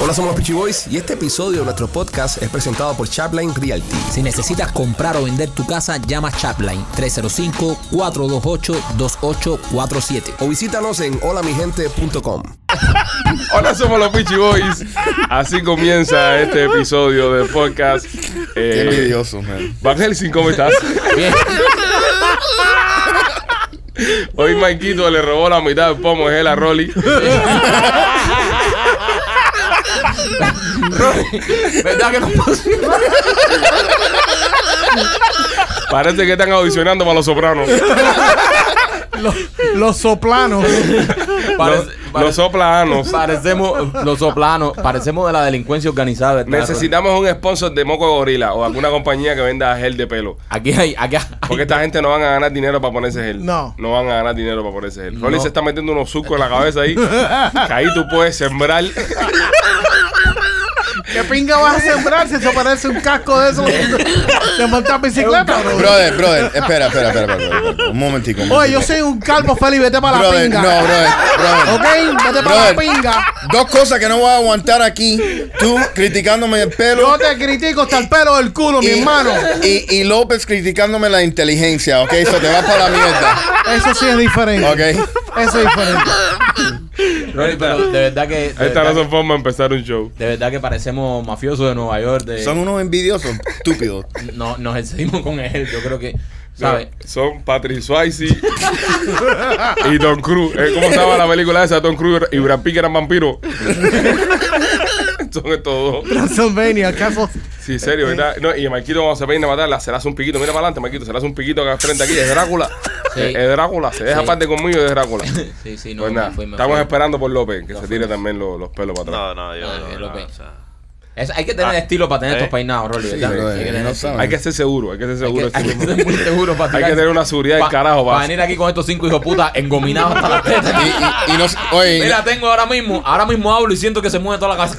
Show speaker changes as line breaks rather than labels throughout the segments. Hola, somos los Peachy Boys y este episodio de nuestro podcast es presentado por Chapline Realty.
Si necesitas comprar o vender tu casa, llama Chapline 305-428-2847.
O visítanos en holamigente.com.
Hola, somos los Peachy Boys. Así comienza este episodio del podcast. Eh,
Qué envidioso, man.
Van Helsing, ¿cómo estás?
Bien.
Hoy Maikito le robó la mitad del pomo de él a Rolly.
¿Verdad que no
Parece que están audicionando para los sopranos.
Los soplanos.
Parece-
Los-
pare-
los soplanos.
parecemos los soplanos, parecemos de la delincuencia organizada. ¿verdad?
Necesitamos un sponsor de Moco Gorila o alguna compañía que venda gel de pelo.
Aquí hay, aquí hay-
Porque esta gente no van a ganar dinero para ponerse gel.
No.
No van a ganar dinero para ponerse gel. Rolly se está metiendo unos surcos en la cabeza ahí. que ahí tú puedes sembrar.
¿Qué pinga vas a sembrar si eso parece un casco de eso? De montar bicicleta, bro.
Brother, brother, espera, espera, espera, espera, espera, espera. Un momentico. un
Oye, yo
momentico.
soy un calvo feliz, vete para la
Brother,
pinga.
no, brother, brother.
Ok, vete para la
Brother.
pinga.
Dos cosas que no voy a aguantar aquí. Tú criticándome el pelo.
Yo te critico hasta el pelo del culo, mi
y-
hermano.
Y, y López criticándome la inteligencia, ¿ok? Eso te va para la mierda,
Eso sí es diferente.
¿ok?
Eso es diferente.
Rolly, pero de verdad que. De
Esta no
verdad,
son forma de empezar un show.
de verdad que parecemos mafiosos de Nueva York. de-
Son unos envidiosos, estúpidos.
no, nos excedimos con él. Yo creo que. ¿Sabes?
Son Patrick Swayze y Tom Cruise. Eh, ¿Cómo estaba la película esa? Tom Cruise y Brad Pitt eran vampiros. Son estos dos.
Transylvania, caso.
Sí, serio, ¿verdad? No, y Marquito cuando se peina a matarla, se le hace un piquito. Mira para adelante, Marquito, se le hace un piquito acá al frente aquí. Es Drácula.
Sí.
Es es Drácula. Se deja
Sí.
parte conmigo y es Drácula.
Sí, sí, no.
Pues nada,
me fui, me
estamos
fui.
esperando por López, que se tire también lo- los pelos para atrás.
No, no, yo
Ah,
no,
yo
no,
lo pe-
o sea,
Es- hay que tener
Ah,
estilo para tener
¿eh?
estos peinados, Rolly.
Sí,
¿verdad?
brother,
hay que tener
no
estilo.
saben.
Hay que ser seguro, hay que ser
Hay
seguro.
que- hay que
sí mismo.
tener muy seguro para
Hay que tener una seguridad del carajo,
Para
vas.
venir aquí con estos cinco hijos putas engominados hasta las tetas.
Y, y- y no, oye,
Mira, tengo ahora mismo, ahora mismo hablo y siento que se mueve toda la casa.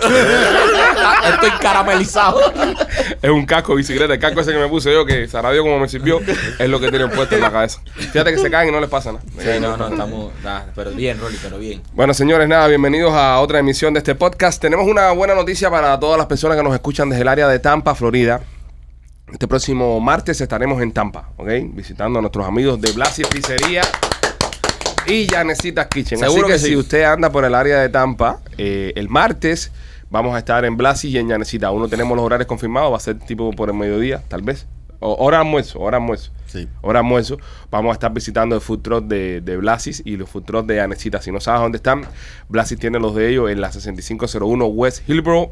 Estoy caramelizado.
Es un casco de bicicleta. El casco ese que me puse yo, que Saradio como me sirvió, es lo que tienen puesto en la cabeza. Fíjate que se caen y no les pasa nada. Se
Sí,
caen y
no,
les pasa
no, estamos. nah, pero bien, Rolly, pero bien.
Bueno, señores, nada, bienvenidos a otra emisión de este podcast. Tenemos una buena noticia para todas las personas que nos escuchan desde el área de Tampa, Florida. Este próximo martes estaremos en Tampa, ¿ok? Visitando a nuestros amigos de Blasi Pizzería y Yanecitas Kitchen.
Seguro
Así que,
que
si
sí.
usted anda por el área de Tampa, eh, el martes vamos a estar en Blasi y en Yanecita. Aún no tenemos los horarios confirmados, va a ser tipo por el mediodía, tal vez. O, hora de almuerzo, hora de almuerzo.
Sí.
Hora de almuerzo. Vamos a estar visitando el food truck de, de Blasis y los food truck de Yanecita. Si no sabes dónde están, Blasis tiene los de ellos en la 6501 West Hillborough.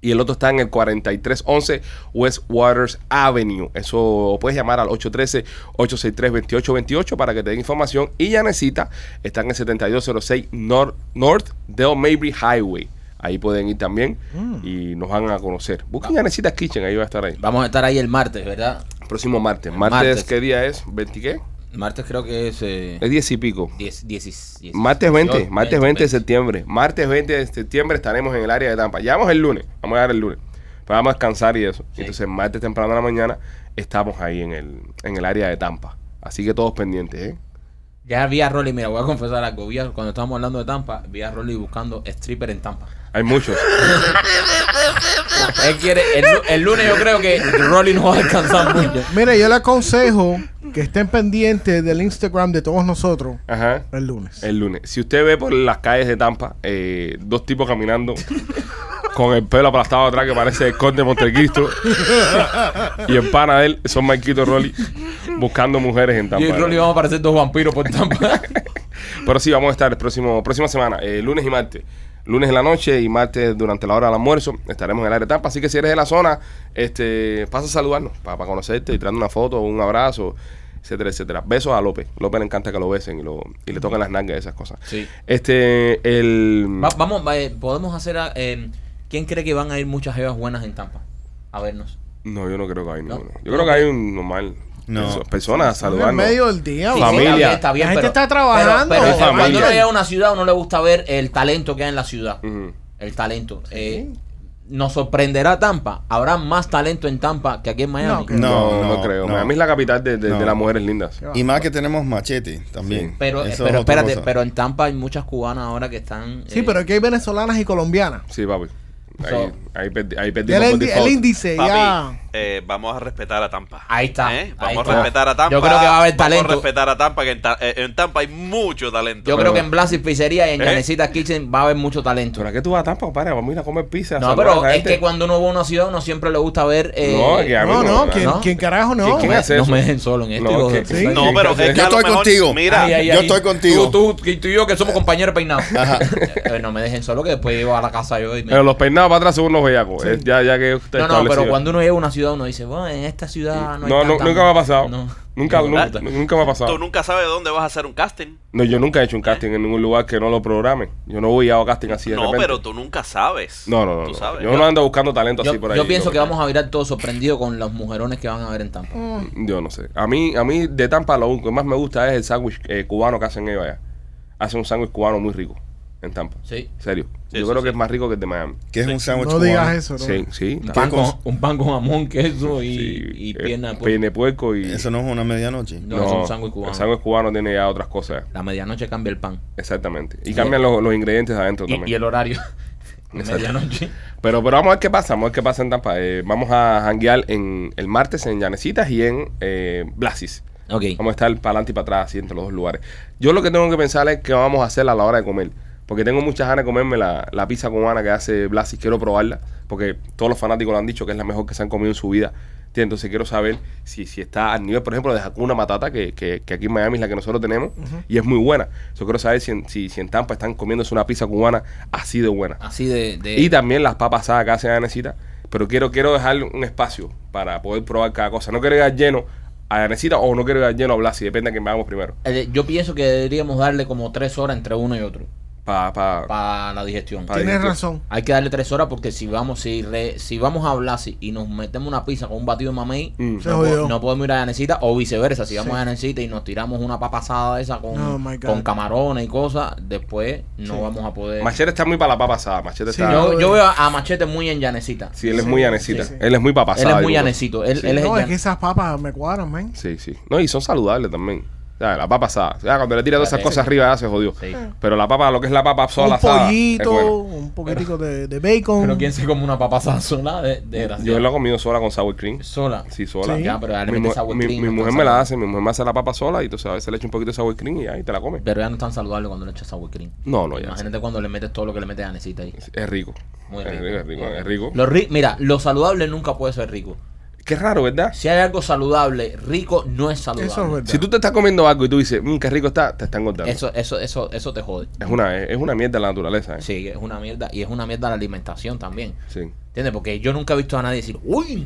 Y el otro está en el 4311 West Waters Avenue. Eso puedes llamar al 813-863-2828 para que te den información. Y Yanecita está en el 7206 North, North Del Mabry Highway. Ahí pueden ir también y nos van a conocer. Busquen Yanecita Kitchen, ahí va a estar ahí.
Vamos a estar ahí el martes, ¿verdad?
Próximo martes. martes.
Martes.
¿qué día es? ¿20 qué?
Martes creo que es. Eh,
Es 10 y pico.
10, 10, 10,
Martes 20, martes 20 de septiembre. Martes 20 de septiembre estaremos en el área de Tampa. Llegamos el lunes, vamos a llegar el lunes. Pero vamos a descansar y eso.
Sí.
Entonces, martes temprano en la mañana estamos ahí en el, en el área de Tampa. Así que todos pendientes, ¿eh?
Ya vi a Rolly, mira, voy a confesar algo. Vi a- cuando estábamos hablando de Tampa, vi a Rolly buscando stripper en Tampa.
Hay muchos.
Él quiere. El, lu- el lunes yo creo que Rolly no va a descansar mucho.
Mire, yo le aconsejo que estén pendientes del Instagram de todos nosotros
Ajá.
el lunes.
El lunes. Si usted ve por las calles de Tampa, eh, dos tipos caminando con el pelo aplastado atrás que parece el conde de Montecristo y el pana de él son Marquito y Rolly buscando mujeres en Tampa.
Yo y Rolly vamos a parecer dos vampiros por Tampa.
Pero sí, vamos a estar el próximo, próxima semana, eh, lunes y martes. Lunes en la noche y martes durante la hora del almuerzo estaremos en el área de Tampa. Así que si eres de la zona, este, pasa a saludarnos para, conocerte y traer una foto, un abrazo, etcétera, etcétera. Besos a López. López le encanta que lo besen y, lo, y le toquen las nalgas y esas cosas.
Sí.
Este, el.
Va- vamos, va- eh, podemos hacer. a- eh, ¿Quién cree que van a ir muchas jevas buenas en Tampa? A vernos.
No, yo no creo que hay ninguno. Yo
No.
creo que hay un normal.
No.
perso- Personas a
En
saludarnos.
medio del día,
Sí,
bro.
Familia.
está bien,
La
pero-
gente está trabajando.
Pero, pero
Hay familia. Mm.
cuando uno llega a una ciudad, uno le gusta ver el talento que hay en la ciudad.
Ujú.
El talento. Eh, nos sorprenderá Tampa. Habrá más talento en Tampa que aquí en Miami.
No, que-
No, no, creo.
no.
Miami es la capital de, de-
No.
de las mujeres lindas.
Qué va.
Y más que tenemos machete también.
Pero,
Eso es
pero
otra
espérate,
cosa.
pero en Tampa hay muchas cubanas ahora que están.
Sí,
eh,
pero aquí hay venezolanas y colombianas.
Sí, papi. Ahí,
So-
ahí perdi- ahí
El,
perdimos por
indi- el
default.
índice
Papi,
ya.
eh, vamos a respetar a Tampa.
Ahí está,
¿Eh?
ahí
Vamos
está.
a respetar a Tampa.
Yo creo que va a haber talento.
Vamos a respetar a Tampa, que en, Ta- eh, en Tampa hay mucho talento.
Yo creo que en Blas y Pizzería y en
¿Eh?
Yanecita Kitchen va a haber mucho talento.
¿Pero a qué tú vas a Tampa, compadre? Vamos a ir a comer pizza.
No,
saludar a
pero
la
es
gente.
que cuando uno va a una ciudad, uno siempre le gusta ver. eh,
No, que a mí
No, no,
no,
¿quién,
no.
quién carajo no?
¿Quién- quién hace
no
eso?
me dejen solo en esto.
No,
hijo de
que-
puta.
sí.
No, pero
Yo
es que a lo
estoy
mejor-
contigo.
Mira,
Ay, ay,
yo
ay.
estoy contigo.
Tú, tú, y tú y yo que somos compañeros peinados. Eh, no me dejen solo que después llego a la casa yo y me...
Pero los peinados para atrás son unos bellacos. Es ya, ya que está
No, no,
establecido.
pero cuando uno llega a una ciudad, uno dice, bueno, en esta ciudad no hay
No, no,
tanta-
nunca me ha pasado.
No.
Nunca,
Hijo de
nu-
puta.
nunca me ha pasado.
tú nunca sabes dónde vas a hacer un casting.
No, yo nunca he hecho un casting en ningún lugar que no lo programen. Yo no voy a casting así de
No,
repente.
pero tú nunca sabes.
No, no, no.
Tú
no.
sabes.
Yo no ando buscando talento
Yo,
así por ahí.
yo pienso
no.
que vamos a virar todos sorprendidos con los mujerones que van a ver en
Mm.
Tampa.
Yo no sé. A mí, a mí de Tampa lo único que más me gusta es el sándwich eh, cubano que hacen ellos allá. Hacen un sándwich cubano muy rico en Tampa.
Sí.
Serio.
Sí,
yo
sí,
creo que
sí.
es más rico que el de Miami.
Que es un sándwich
No digas eso, ¿no?
Sí, sí.
Un
está-
pan, con,
cosa?
un pan con jamón, queso y,
sí,
y
eh,
pierna de pollo.
pene puerco y...
Eso no es una medianoche.
No, es un sándwich cubano.
El sándwich cubano tiene ya otras cosas.
La medianoche cambia el pan.
Exactamente. Y cambian los, los ingredientes adentro
Y,
también.
y el horario.
Exacto.
medianoche.
Pero, pero vamos a ver qué pasa, vamos a ver qué pasa en Tampa. Eh, vamos a janguear en el martes en Llanecitas y en eh, Blasis.
Ok.
Vamos a estar para adelante y para atrás, así entre los dos lugares. Yo lo que tengo que pensar es qué vamos a hacer a la hora de comer. Porque tengo muchas ganas de comerme la, la pizza cubana que hace Blasis. Quiero probarla. Porque todos los fanáticos lo han dicho que es la mejor que se han comido en su vida. ¿Entiendes? Entonces quiero saber si, si está al nivel, por ejemplo, de Hakuna Matata, que, que- que aquí en Miami es la que nosotros tenemos. Y es muy buena. Yo quiero saber si en, si, si en Tampa están comiéndose una pizza cubana así de buena.
Así de... de-
Y también las papas asadas que hacen Anesita. Pero quiero, quiero dejar un espacio para poder probar cada cosa. No quiero llegar lleno a Anesita o no quiero llegar lleno a Blasi. Depende de quién vamos primero.
eh, yo pienso que deberíamos darle como tres horas entre uno y otro
Pa, pa,
para la digestión.
Pa-
Tienes
Ay, yo-
razón.
Hay que darle tres horas porque si vamos, si, re- si vamos a Blasi y nos metemos una pizza con un batido de mamey,
Mm.
Se
no, po-
jodió.
no podemos ir a Yanecita o viceversa. Si vamos a Yanecita y nos tiramos una papa asada esa con,
Oh, my God.
con camarones y cosas, después no vamos a poder.
Machete está muy para la papa asada. Machete
Sí,
está.
no.
yo, yo veo a Machete muy en Yanecita.
Sí, él es muy Anesita.
sí, sí.
Él es muy papá
él es muy Yanecito. Él, él es
no,
el
es que
Yan-
esas papas me cuadran, man.
Sí, sí. No, y son saludables también. O sea, la papa asada. O sea, cuando le tira todas esas
Sí.
cosas arriba ya se jodió.
Sí.
Pero la papa, lo que es la papa sola
un
asada. es buena.
pollito, un poquitico de, de bacon.
Pero quién se come una papa asada sola de, de
Yo
desgraciado?
la he comido sola con sour cream.
sola.
Sí, sola.
Sí. Ya,
pero ahora
mi,
mete
mu-
sour
mi-
cream,
mi
no
mujer
pasa
me la
nada.
hace, mi mujer me hace la papa sola y tú sabes, se le echa un poquito de sour cream y ahí te la comes.
Pero ya no es tan saludable cuando le echas sour cream.
No, no, ya.
Imagínate cuando le metes todo lo que le metes a Yanecita ahí.
Es rico.
Muy
Es
rico.
rico, es rico, es rico.
Lo ri- Mira, lo saludable nunca puede ser rico.
Qué raro, ¿verdad?
Si hay algo saludable, rico no es saludable.
Eso es verdad.
Si tú te estás comiendo algo y tú dices, mmm, qué rico está, te están engordando.
Eso, eso, eso, eso te jode.
Es una, es es una mierda la naturaleza, ¿eh?
Sí, es una mierda. Y es una mierda la alimentación también.
Sí.
¿Entiendes? Porque yo nunca he visto a nadie decir, uy,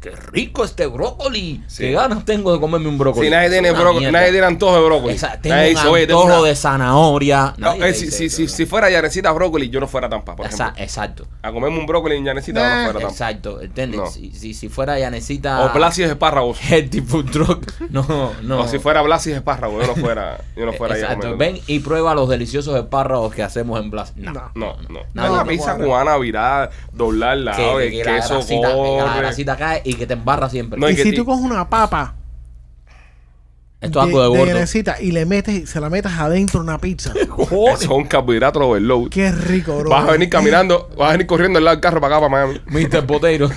qué rico este brócoli.
Sí.
Qué ganas tengo de comerme un brócoli.
Si nadie
Es
tiene
una
brócoli,
mierda.
nadie tiene antojo de brócoli.
Esa- tengo
Nadie
un
dice, "Oye, tengo
antojo
una-".
de zanahoria.
No,
Nadie te
eh, si,
dice
si,
eso,
si,
¿no?
si fuera llanecita brócoli, yo no fuera Tampa, por
Esa-
ejemplo.
exacto.
A comerme un brócoli en llanecita yo no
Nah,
fuera Tampa.
Exacto. ¿Entiendes?
No.
Si, si, si fuera Yanecita.
O Blasis Espárragos.
Healthy Food Truck. No, no.
O si fuera Blasis Espárragos, yo no fuera, yo no fuera allá a
Exacto.
comerlo.
Ven y prueba los deliciosos espárragos que hacemos en Blas. No.
No.
No, no.
No,
una
no,
pizza
no.
cubana virada, doblarla,
que,
Ah, oye,
que la
queso
grasita, que la
corre.
grasita cae y que te embarra siempre.
No,
y
que
si
ti-
tú coges una papa
Esto es algo de gordo.
llenecita y le metes, se la metes adentro una pizza.
Eso es un carbohidrato overload.
Qué rico, bro.
Vas a venir caminando, vas a venir corriendo al lado del carro para acá, para Miami.
Mr. Potero.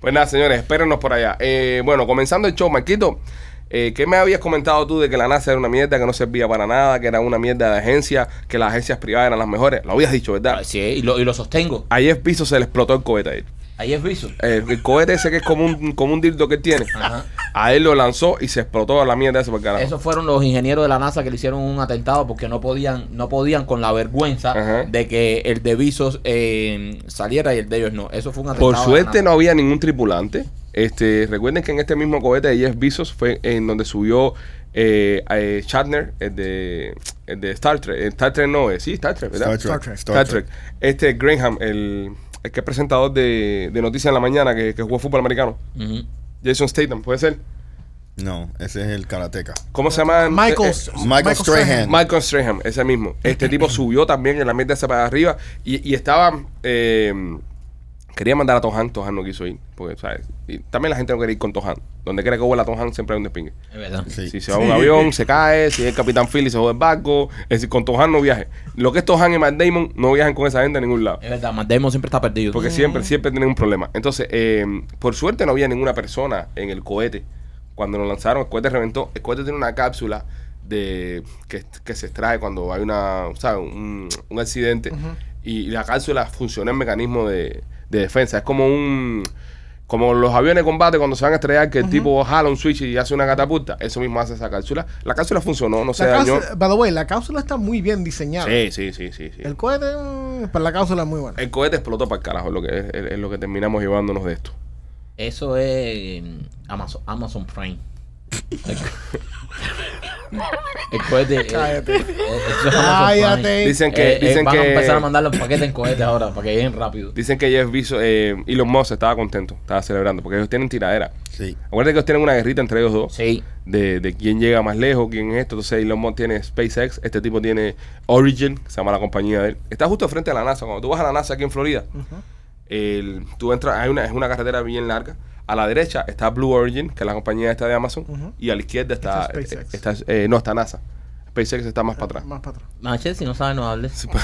Pues nada, señores, espérenos por allá. Eh, bueno, comenzando el show, Marquito, eh, ¿qué me habías comentado tú de que la NASA era una mierda, que no servía para nada, que era una mierda de agencia, que las agencias privadas eran las mejores? Lo habías dicho, ¿verdad?
sí, y lo, y lo sostengo.
A Jeff Bezos se le explotó el cohete a él.
Ahí es viso.
El, el cohete ese que es como un, como un dildo que él tiene.
Ajá.
A él lo lanzó y se explotó la mierda esa por el carajo.
Esos fueron los ingenieros de la NASA que le hicieron un atentado porque no podían, no podían con la vergüenza
Ajá.
de que el de Visos eh, saliera y el de ellos no. Eso fue un atentado.
Por suerte no había ningún tripulante. Este, recuerden que en este mismo cohete de Jeff Bezos fue en donde subió eh, eh, Shatner, el de, el de Star Trek. eh, Star Trek no, es sí, Star Trek, ¿verdad?
Star Trek.
Star Trek. Este Graham, el, el que es presentador de, de Noticias en la Mañana, que, que jugó fútbol americano.
Ujú.
Jason Statham, ¿puede ser?
No, ese es el karateca.
¿Cómo se llama?
Michael,
Eh,
Michael Strahan.
Michael Strahan, ese mismo. Este tipo subió también en la mierda esa para arriba y, y estaba. eh, quería mandar a Tohan, Tohan no quiso ir. Porque, ¿sabes? Y también la gente no quería ir con Tohan. Donde quiera que vuela Tohan, siempre hay un despingue.
Es verdad.
Sí.
Si se va un avión, se cae. Si es el Capitán Philly, se jode el barco. Es decir, con Tohan no viaje. Lo que es Tohan y Matt Damon no viajan con esa gente a ningún lado.
Es verdad, Matt Damon siempre está perdido.
Porque siempre, siempre tienen un problema. Entonces, eh, por suerte no había ninguna persona en el cohete. Cuando lo lanzaron, el cohete reventó. El cohete tiene una cápsula de que, que se extrae cuando hay una, ¿sabes? Un, un accidente. Y la cápsula funciona en mecanismo de, de defensa. Es como un... Como los aviones de combate cuando se van a estrellar, que el tipo jala un switch y hace una catapulta. Eso mismo hace esa cápsula. La cápsula funcionó, no se
La
dañó.
cápsula- by the way, la cápsula está muy bien diseñada.
Sí, Eh. sí, sí, sí. sí.
El cohete, mm, para la cápsula es muy buena.
El cohete explotó para el carajo, es lo que, es, es lo que terminamos llevándonos de esto.
Eso es mm, Amazon, Amazon Prime. El, el cohete. eh,
Cállate.
eh, eso es Amazon Prime.
Cállate.
Dicen que,
Eh, eh,
dicen
van a
que,
empezar a mandar los paquetes en cohetes ahora para que lleguen rápido.
dicen que Jeff Bezos, eh, Elon Musk estaba contento, estaba celebrando, porque ellos tienen tiradera.
Sí.
Acuérdate que ellos tienen una guerrita entre ellos dos.
Sí.
De, de quién llega más lejos, quién es esto. Entonces Elon Musk tiene SpaceX, este tipo tiene Origin, que se llama la compañía de él. Está justo frente a la NASA. Cuando tú vas a la NASA aquí en Florida, el- tú entras, hay una, es una carretera bien larga. A la derecha está Blue Origin, que es la compañía esta de Amazon,
Ujú.
y a la izquierda está,
Está SpaceX.
está- eh, no está NASA. SpaceX está más para atrás. Ah,
Más para atrás.
Mache, si no sabes, no hables.
pues.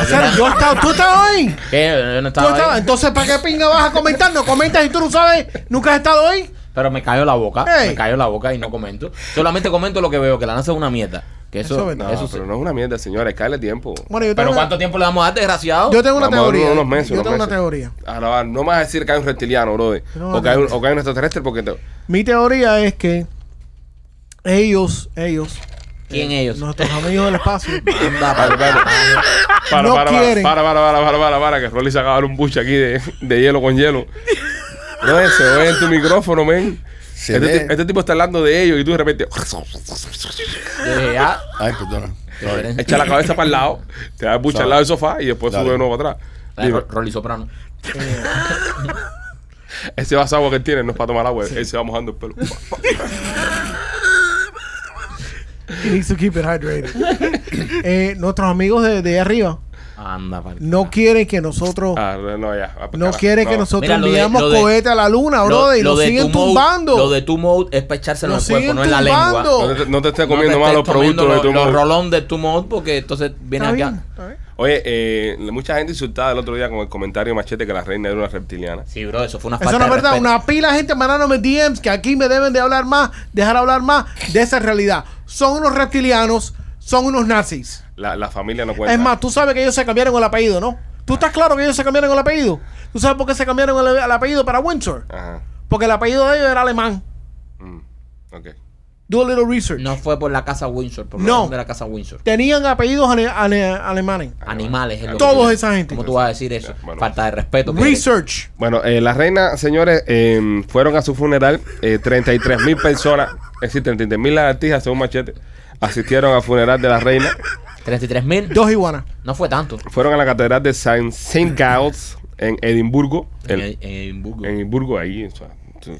O sea, yo he estado, tú estabas ahí.
¿Qué? eh, Yo no
Tú
estaba ahí.
estabas. Entonces, ¿para qué pinga vas a comentar? No comentas y tú no sabes. Nunca has estado ahí.
Pero me cayó la boca.
Ey.
Me cayó la boca y no comento. Solamente comento lo que veo, que la NASA es una mierda. Que eso,
Eso es
eso,
verdad.
No,
sí.
pero
pero,
no es una mierda, señores. Cáele tiempo.
Bueno, yo tengo una,
¿cuánto tiempo le vamos a dar, desgraciado?
yo tengo una
Vamos a ver
teoría.
unos meses,
yo
unos
tengo una
meses.
teoría.
Ahora va, no me vas a decir que hay un reptiliano, brother.
No,
o, que hay un,
no.
o que hay un extraterrestre porque te-
Mi teoría es que ellos, ellos,
¿Quién ellos?
nuestros amigos del espacio,
Anda,
Para,
pa-
para, para,
No
para,
quieren.
para, para, para, para, para, para, que Rolly se acaba de dar un buche aquí de, de hielo con hielo. Brother, se ve en tu micrófono, men.
Se
Este,
ve-
ti- este tipo está hablando de ellos y tú de repente
yo dije, ah,
Ay, perdona. Sorry.
echa la cabeza para el lado, te da el buche al lado del sofá y después
Dale.
sube de nuevo para atrás.
eh,
Digo,
Ro- Rolly Soprano.
ese vaso de agua que él tiene no es para tomar agua, él se va mojando el pelo.
he needs to keep it hydrated. Eh, nuestros amigos de, de arriba
Anda, pal.
no quieren que nosotros,
Ah, no, ya. va para
no
carajo.
quieren que
No.
nosotros
Mira, lo de-
enviamos
lo de-
cohete a la luna, Ah, brother, y nos
de
siguen
tu mode-
tumbando.
Lo de tu mode es para echárselo
Lo
al cuerpo,
siguen
no en la
tumbando.
lengua.
No te, no te estés
No te
comiendo más los
estés comiendo
productos de tu
los- Los
mundo.
rolón de tu mode porque entonces viene
Está
aquí.
bien,
a-
está bien.
Oye, eh, la- mucha gente insultada el otro día con el comentario machete que la reina era una reptiliana.
Sí, bro, eso fue una falta
Eso no es
de
verdad.
respeto.
Una pila de gente mandándome DMs que aquí me deben de hablar más, dejar hablar más de esa realidad. Son unos reptilianos, son unos nazis.
La, la familia no cuenta.
Es más, tú sabes que ellos se cambiaron el apellido, ¿no? ¿Tú estás claro que ellos se cambiaron el apellido? ¿Tú sabes por qué se cambiaron el, el apellido para Windsor?
Ajá.
Porque el apellido de ellos era alemán.
Mm. Ok.
Do a little research.
No fue por la casa Windsor, por
No.
no. de la casa Windsor.
Tenían apellidos ale- ale- alemanes.
Animales. es lo que
Todos
tú-
esa gente.
¿Cómo tú vas a decir eso?
Ya, bueno.
Falta de respeto. que-
Research.
Bueno, eh, la reina, señores, eh, fueron a su funeral. Eh, 33 mil personas, es decir, 33 mil lagartijas, según machete, asistieron al funeral de la reina.
33 mil.
Dos iguanas.
No fue tanto.
Fueron a la catedral de Saint, Saint Giles en Edimburgo. El-
En,
Eh,
en Edimburgo.
en Edimburgo, ahí, o sea,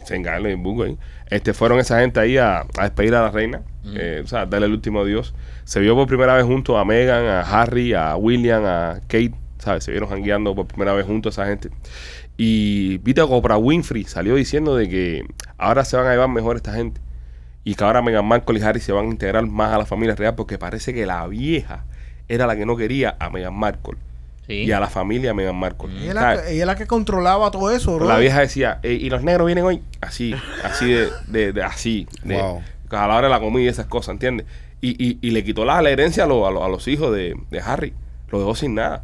Saint Giles, Edimburgo, ahí. Este, fueron esa gente ahí a, a despedir a la reina, eh, o sea, darle el último adiós. Se vio por primera vez junto a Meghan, a Harry, a William, a Kate, ¿sabes? Se vieron jangueando por primera vez junto a esa gente. Y Vita Copra Winfrey salió diciendo de que ahora se van a llevar mejor esta gente. Y que ahora Meghan Markle y Harry se van a integrar más a la familia real porque parece que la vieja era la que no quería a Meghan Markle
Sí.
y a la familia Meghan Markle.
Ella es
¿Sabes?
la, que- ella es la que controlaba todo eso, bro.
La vieja decía, "Eh, ¿y los negros vienen hoy? Así, así de, de- de- así. de-
Wow.
A la hora de la comida y esas cosas, ¿entiendes? Y, y- y le quitó la, la herencia a, lo- a lo- a los hijos de, de Harry. Lo dejó sin nada.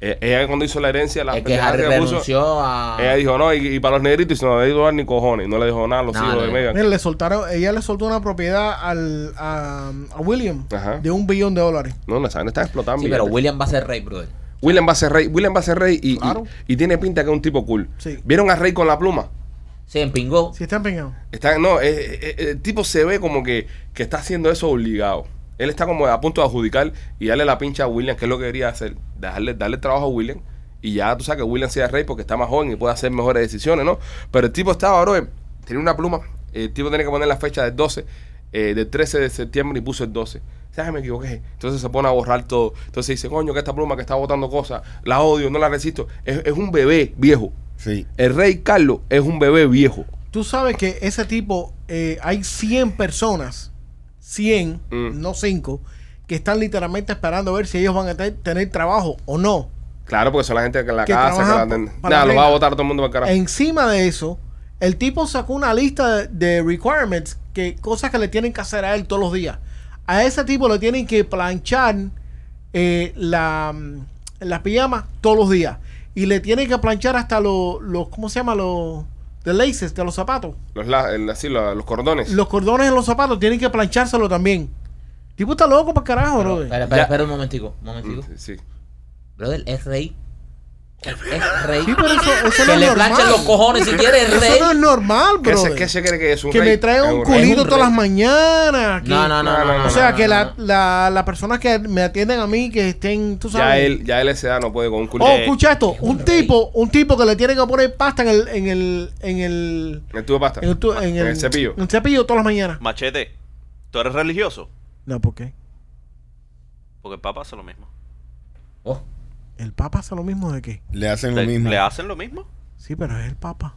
Eh, ella cuando hizo la herencia, la
es que
pendejadas
Harry
le puso,
renunció a.
Ella dijo, no, y, y para los negritos, y no le dio ni cojones. No le dejó nada a los
No,
hijos
no,
de
no.
Megan.
Mira, le soltaron, ella le soltó una propiedad al, a, a William
Ajá.
de un billón de dólares.
No, no, saben, está explotando.
sí, pero
billetes.
William va a ser rey, brother.
William va a ser rey. William va a ser rey y, y-
Claro.
y tiene pinta que es un tipo cool.
Sí.
¿Vieron a Rey con la pluma?
Se empingó.
Si está empeñado.
Está, no, eh, eh, eh, el tipo se ve como que, que está haciendo eso obligado. Él está como a punto de adjudicar y darle la pincha a William, que es lo que quería hacer. Dejarle, darle trabajo a William. Y ya tú sabes que William sea rey porque está más joven y puede hacer mejores decisiones, ¿no? Pero el tipo estaba, bro, eh, tenía una pluma, El tipo tiene que poner la fecha del 12, eh, del 13 de septiembre y puso el 12. ¿Sabes? Me equivoqué. Entonces se pone a borrar todo. Entonces dice, coño, que esta pluma que está botando cosas, la odio, no la resisto. Es, es un bebé viejo.
Sí.
El rey Carlos es un bebé viejo.
Tú sabes que ese tipo, eh, hay 100 personas, 100,
Mm.
no 5, que están literalmente esperando a ver si ellos van a te- tener trabajo o no.
Claro, porque son la gente que en la
Que
casa, que
trabaja
la
pa-
atende.
para
Nada, lo
arriba.
va a votar todo el mundo para el carajo.
Encima de eso, el tipo sacó una lista de, de requirements, que cosas que le tienen que hacer a él todos los días. A ese tipo le tienen que planchar eh, la, mm, las pijamas todos los días. Y le tienen que planchar hasta los, los ¿cómo se llama? Los de laces, de los zapatos.
Los, la- el- así, la- los cordones.
Los cordones en los zapatos tienen que planchárselo también. El tipo está loco para carajo, bro.
Espera,
Ya.
espera, espera un momentico, un momentico.
Mm, Sí.
Brother, es rey. Es rey.
Sí, pero eso, eso no
que
es
le
normal.
planchen los cojones si quiere es
Eso
rey.
no es normal,
¿Qué
bro.
se, ¿Qué se cree que es un
Que
rey?
me traiga
Es rey.
un
Es
culito
un
todas
rey.
las mañanas. que-
No, no, no,
No, no,
no.
no,
O sea,
no,
que
no,
la,
no.
la, la persona que me atienden a mí, que estén, tú sabes.
Ya él, ya él a esa edad no puede con un culito.
Oh,
Eh,
escucha esto.
un
Un
rey.
tipo, un tipo que le tiene que poner pasta en el, en el, en el,
En el tubo de pasta.
en el, tu- en
En
el-
el cepillo.
En el cepillo todas las mañanas.
Machete, ¿tú eres religioso?
No, ¿por qué?
Porque el Papa hace lo mismo.
Oh,
¿El Papa hace lo mismo de qué?
Le hacen lo
¿Le,
mismo.
le hacen lo mismo?
Sí, pero es el Papa.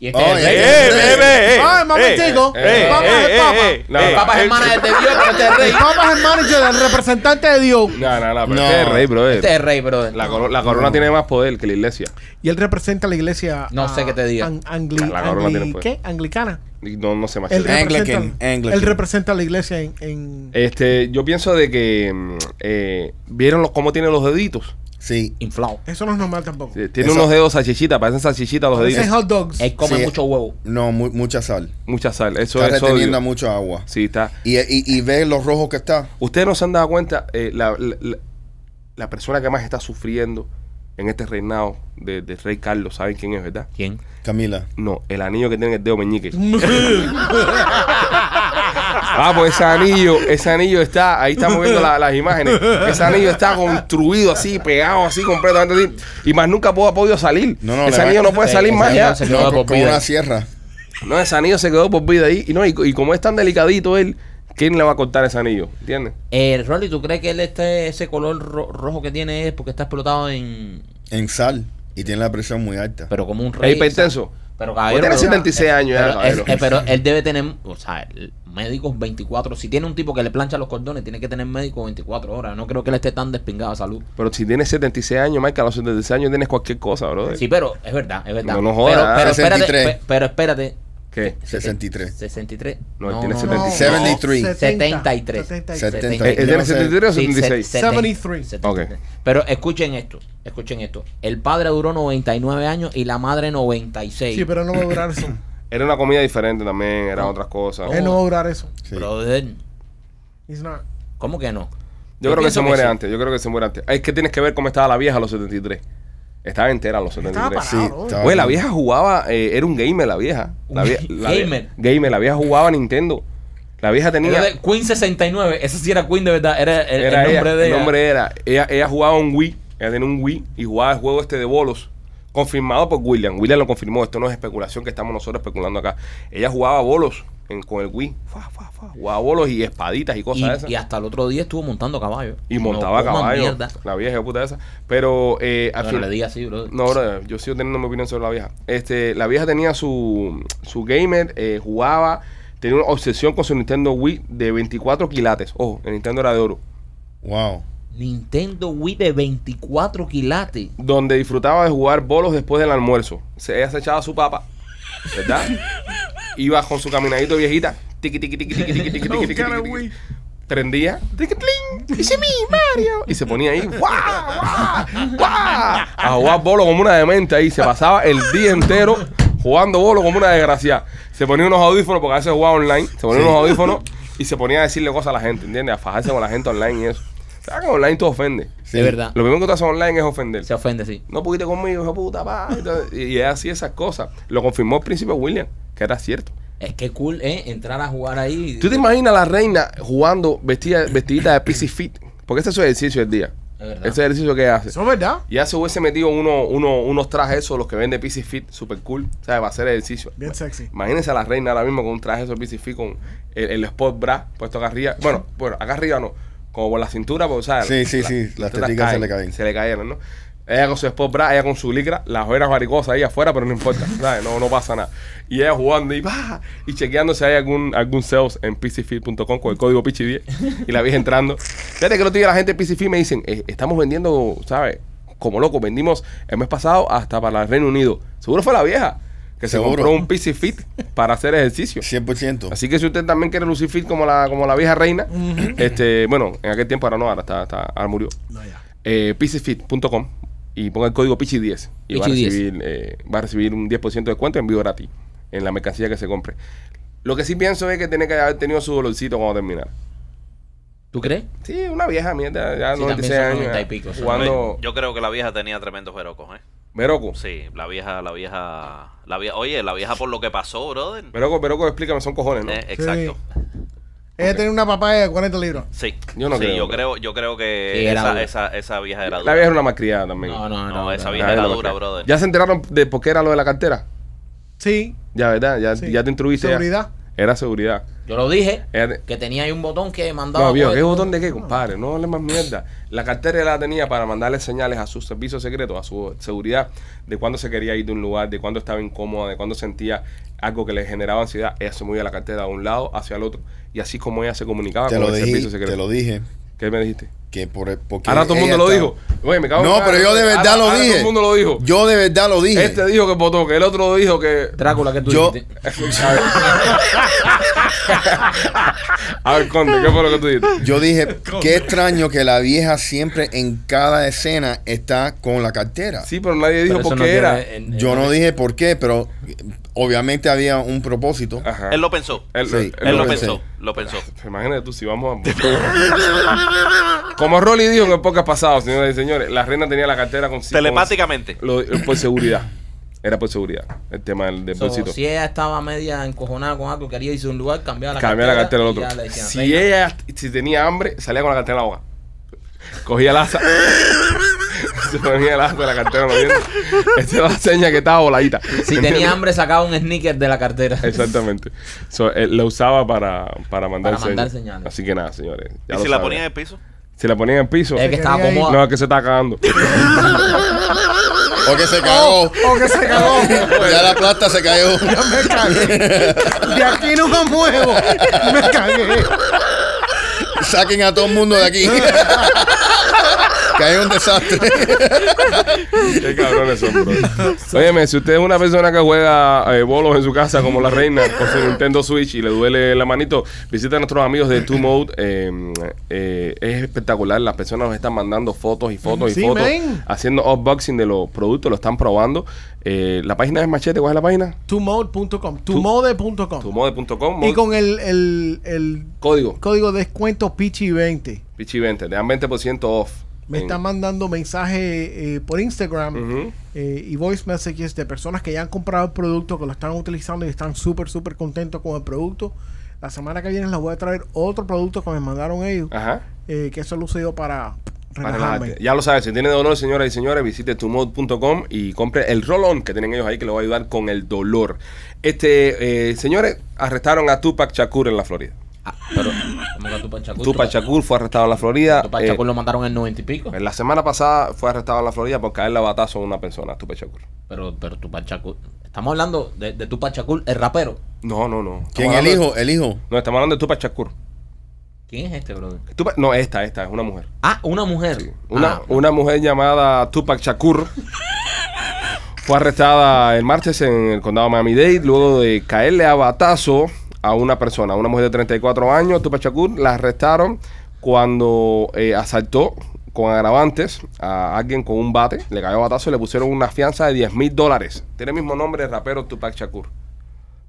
Y este
Oh,
es
ya,
rey.
ya.
Ay, momentico.
eh,
el Papa es el Papa.
No,
El
no,
papá es hermana de Dios, pero este es
El
rey.
Papa es el manager, el representante de Dios.
no, no, no, pero
No.
este es rey, brother.
Este es rey, brother.
La, coro- la corona tiene más poder que la iglesia.
Y él representa a la iglesia.
No sé
ah,
qué te diga.
an- angli-
La corona
angli-
tiene Pues poder.
¿qué? Anglicana.
Y No, no sé más.
Él representa,
Anglican, Anglican.
él representa a la iglesia en. en-
Este, yo pienso de que mm, eh, vieron los, cómo tiene los deditos.
Sí.
Inflado.
Eso no es normal tampoco.
Eh, Tiene
Eso-
unos dedos salchichitas, parecen salchichitas los
Dicen
deditos.
hot dogs.
Él come
Sí.
mucho huevo.
No, mu- mucha sal.
Mucha sal. Eso
Está
es
reteniendo
sodio.
mucha agua.
Sí, está.
Y, y, y ve los rojos que está.
Ustedes no se han dado cuenta, eh, la, la- la- la persona que más está sufriendo en este reinado de, de Rey Carlos, ¿saben quién es, verdad?
¿Quién?
Camila.
No, el anillo que tiene en el dedo meñique. Ah, pues ese anillo, ese anillo está, ahí estamos viendo la- las imágenes. Ese anillo está construido así, pegado así, completamente así. Y más nunca pudo- ha ppodido salir.
No, no,
ese
le va-
anillo no puede
Sí,
salir
ese
más
anillo
ya.
se-
No,
quedó
con-
por
con
vida.
una sierra.
No, ese anillo se quedó por vida ahí. Y no, y, y como es tan delicadito él, ¿quién le va a cortar ese anillo? ¿Entiendes?
Eh, Rolly, ¿tú crees que él este, ese color ro- rojo que tiene es porque está explotado en.
En sal. Y tiene la presión muy alta.
Pero como un
Es
rey.
hipertenso.
o sea, Pero
Usted
caballero.
tiene
pero-
76 años ya,
Pero, es-
caballero.
eh, pero él debe tener, o sea, el- médicos 24. Si tiene un tipo que le plancha los cordones, tiene que tener médico 24 horas. No creo que él esté tan despingado de salud.
Pero si tienes 76 años, Mike, a los 76 años tienes cualquier cosa, bro.
Sí, pero es verdad, es verdad.
No, ¿eh? no jodas.
pero, pero espérate,
63.
pe- pero espérate. Eh,
¿Qué?
63.
63.
No, él tiene
73.
73.
73.
Setenta.
Eh, ¿Él
Yo
tiene
no sé.
73 o
Sí,
76?
se- seten-
73.
73. Pero escuchen esto, escuchen esto. El padre duró 99 años y la madre 96.
Sí, pero no va a durar eso.
Era una comida diferente también, eran otras cosas.
Oh.
Él no va a durar eso.
Sí.
Brother,
It's not.
¿cómo que no?
Yo creo que
pienso
se muere
sí.
antes, yo creo que se muere antes. Ah, Es que tienes que ver cómo estaba la vieja a los 73. Estaba entera a los
Estaba
73.
parado.
Sí, estaba
Güey, la
bien.
vieja jugaba, eh, era un gamer la vieja. La
Un
vie- la
gamer.
vie- gamer, la vieja jugaba a Nintendo. La vieja tenía...
Era de Queen 69, esa sí era Queen de verdad, era el, el
era ella,
nombre de
el
ella.
nombre era. Ella, ella jugaba un Wii, ella tenía un Wii y jugaba el juego este de bolos. Confirmado por William. William lo confirmó. Esto no es especulación que estamos nosotros especulando acá. Ella jugaba bolos en- con el Wii. Fua, fua, fua. Jugaba bolos y espaditas y cosas
y,
de esas.
y hasta el otro día estuvo montando caballo.
Y montaba
No coman
caballo.
mierda.
La vieja de puta esa. Pero eh, al
No, no
fin-
le diga así, brother.
no, brother, yo sigo teniendo mi opinión sobre la vieja. Este, la vieja tenía su, su gamer, eh, jugaba, tenía una obsesión con su Nintendo Wii de 24 quilates. Ojo, el Nintendo era de oro.
Wow.
Nintendo Wii de 24 quilates.
donde disfrutaba de jugar bolos después del almuerzo. Se, ella se echaba su papa, ¿verdad? Iba con su caminadito viejita, tiqui tiqui tiqui tiqui tiqui tiqui tiqui tiqui tiqui, tiqui. Prendía, tiqui, tling, it's me, Mario. Y se ponía ahí, ¡guau! ¡guau! ¡guau! A jugar bolos como una demente ahí. Se pasaba el día entero jugando bolos como una desgraciada. Se ponía unos audífonos, porque a veces jugaba online, se ponía unos audífonos y se ponía a decirle cosas a la gente, ¿entiendes? A fajarse con la gente online y eso. ¿Sabes que online todo ofende?
Sí.
De verdad.
Lo primero que tú haces online es ofender
Se ofende, sí.
no pudiste conmigo, hijo de puta, pa. Entonces, Y es así esas cosas. Lo confirmó el príncipe William, que era cierto.
Es que cool, ¿eh? Entrar a jugar ahí.
¿Tú te imaginas a la reina jugando vestida, vestidita de PC Fit? Porque ese es su ejercicio del día.
Es verdad.
Ese ejercicio que hace.
Eso es verdad.
Ya se hubiese metido uno, uno, unos trajes esos, los que vende PC Fit, super cool, ¿sabes? Para hacer ejercicio.
Bien sexy.
Imagínense a la reina ahora mismo con un traje de PC Fit, con el, el sport bra puesto acá arriba. Bueno, bueno, acá arriba no, como por la cintura, pues, ¿sabes?
Sí, sí,
La-
sí, las
tetas
teticas se le caen.
Se le cayeron, ¿no? Ella con su sport bra, ella con su licra, las ojeras varicosas ahí afuera, pero no importa, ¿sabes? No, no pasa nada. Y ella jugando y va, y chequeando si hay algún, algún sales en PCFit.com con el código PICHI10 y la vi entrando. Fíjate que lo tiene la gente de PCFit me dicen, eh, estamos vendiendo, ¿sabes? Como loco, vendimos el mes pasado hasta para el Reino Unido. Seguro fue la vieja que se
Seguro.
compró un PC Fit para hacer ejercicio.
100%.
Así que si usted también quiere lucir fit como la, como la vieja reina, este, bueno, en aquel tiempo ahora no, ahora está, está- ahora murió.
No, ya.
Eh, PCFit.com y ponga el código PICHI10 y va a,
Pichi10.
recibir, eh, va a recibir un 10% de descuento en vivo gratis en la mercancía que se compre. Lo que sí pienso es que tiene que haber tenido su dolorcito cuando terminar.
¿Tú crees?
Sí, una vieja mierda, ya
Sí,
96
también son
años.
90 y pico, son
jugando
Yo creo que la vieja tenía tremendos verocos, ¿eh?
Veroco.
Sí, la vieja, la vieja, la vieja. Oye, la vieja por lo que pasó, brother.
Veroco, Veroco, explícame, son cojones, ¿no?
Eh, exacto.
Ella tiene una papaya de 40 libras.
Sí.
Yo no
Sí,
creo,
yo
bro.
creo, yo creo que
Sí, era
esa,
dura.
esa, esa vieja era dura.
La vieja era una malcriada también.
No, no, no.
No, esa
no,
vieja
La
era
vieja
dura,
malcriada.
brother.
¿Ya se enteraron de por qué era lo de la cartera?
Sí.
Ya, ¿verdad? Ya,
Sí.
ya te instruiste. ya.
Seguridad.
Era seguridad.
no. Yo lo dije,
Era de-
que tenía ahí un botón que mandaba...
Este. No, viejo,
por-
¿qué botón de qué, compadre? No hables más mierda. La cartera la tenía para mandarle señales a sus servicios secretos, a su seguridad, de cuándo se quería ir de un lugar, de cuándo estaba incómoda, de cuándo sentía algo que le generaba ansiedad. Ella se movía la cartera de un lado hacia el otro. Y así como ella se comunicaba
Te
con
lo,
el
dije,
servicio
te
secreto.
lo dije.
¿Qué me dijiste?
Que por, porque
Ahora todo el mundo
ella
lo
estaba-
dijo. Oye, me cago en
No,
la-
pero yo de
ahora-
verdad lo
ahora
dije.
Todo el mundo lo dijo.
Yo de verdad lo dije.
Este dijo que votó, que el otro dijo que.
Drácula, que tú
Yo-
dijiste?
A ver, Conde, ¿qué fue lo que tú dijiste?
Yo dije, qué extraño que la vieja siempre en cada escena está con la cartera.
Sí, pero nadie dijo
Pero eso
por
no
qué
tiene-
era.
en-
Yo
en-
no dije por qué, pero eh, obviamente había un propósito.
Ajá.
Él lo pensó.
Él,
Sí,
él
Él lo
pensé.
pensó. Lo pensó.
pensó. Imagínate tú si vamos a. Como Rolly dijo en épocas pasadas, señoras y señores, la reina tenía la cartera con.
Telemáticamente.
con- lo- por seguridad. Era por seguridad. El tema del, del
So,
bolsito.
si ella estaba media encojonada con algo, quería irse a un lugar, cambiaba la
Cambiaba la cartera al
y ya le
otro.
decían,
Si
"Reina".
ella si tenía hambre, salía con la cartera en la boca. Cogía el asa. Se ponía el asa de la Este cartera. ¿no vieron? Esta es la seña que estaba voladita.
Si tenía hambre, sacaba un sneaker de la cartera.
Exactamente. So, eh, lo usaba para, para mandar,
Para mandar
señas.
señales.
Assi que nada, señores. ya
¿Y
lo
si la
saben.
ponía en el piso?
Si la ponía en el piso.
Es que estaba
quería ir.
cómoda.
No, es que se está cagando.
O que se cagó.
O que se cagó.
ya la plata se cayó.
Me cagué. De aquí no me muevo. Me cagué.
Saquen a todo el mundo de aquí. Cayó un desastre.
Qué cabrones son, bro. Óyeme, si usted es una persona que juega eh, bolos en su casa como la reina con su Nintendo Switch y le duele la manito, visita a nuestros amigos de Two Mode. eh, eh, es espectacular. Las personas nos están mandando fotos y fotos
Sí,
y fotos.
man.
Haciendo unboxing de los productos, lo están probando. Eh, la página es machete, ¿cuál es la página?
Tumode.com. Tumode.com.
Tumode.com.
Y con el, el, el
código.
código de descuento Pichi20.
Pichi 20. Te dan 20% off.
Me
En-
están mandando mensajes eh, por Instagram
Ujú.
eh, y voice messages de personas que ya han comprado el producto, que lo están utilizando y están súper, súper contentos con el producto. La semana que viene les voy a traer otro producto que me mandaron ellos,
Ajá.
eh, que eso lo usé yo para
Ah. Para
relajarme.
relajarte. Ya lo sabes, si tiene dolor, señoras y señores, visite tumod.com y compre el rolón que tienen ellos ahí que le va a ayudar con el dolor. Este, eh, señores, arrestaron a Tupac Shakur en la Florida.
Ah, pero, ¿cómo que a Tupac Shakur?
Tupac Shakur fue arrestado en la Florida.
Tupac
eh,
Shakur lo mataron en 90 y pico.
en la semana pasada fue arrestado en la Florida por caerle a batazo a una persona, Tupac Shakur.
Pero, pero Tupac Shakur. Estamos hablando de, de Tupac Shakur, el rapero.
No, no, no. Estamos
¿Quién el
hablando de-
hijo? El hijo.
No, estamos hablando de Tupac Shakur.
¿Quién es este, brother?
Tupac- no, esta, esta, es una mujer.
Ah, una mujer.
Una,
Ah,
una mujer llamada Tupac Shakur fue arrestada el martes en el condado de Miami-Dade luego de caerle a batazo a una persona, una mujer de 34 años. Tupac Shakur la arrestaron cuando eh, asaltó con agravantes a alguien con un bate, le cayó a batazo y le pusieron una fianza de 10 mil dólares. Tiene el mismo nombre el rapero Tupac Shakur.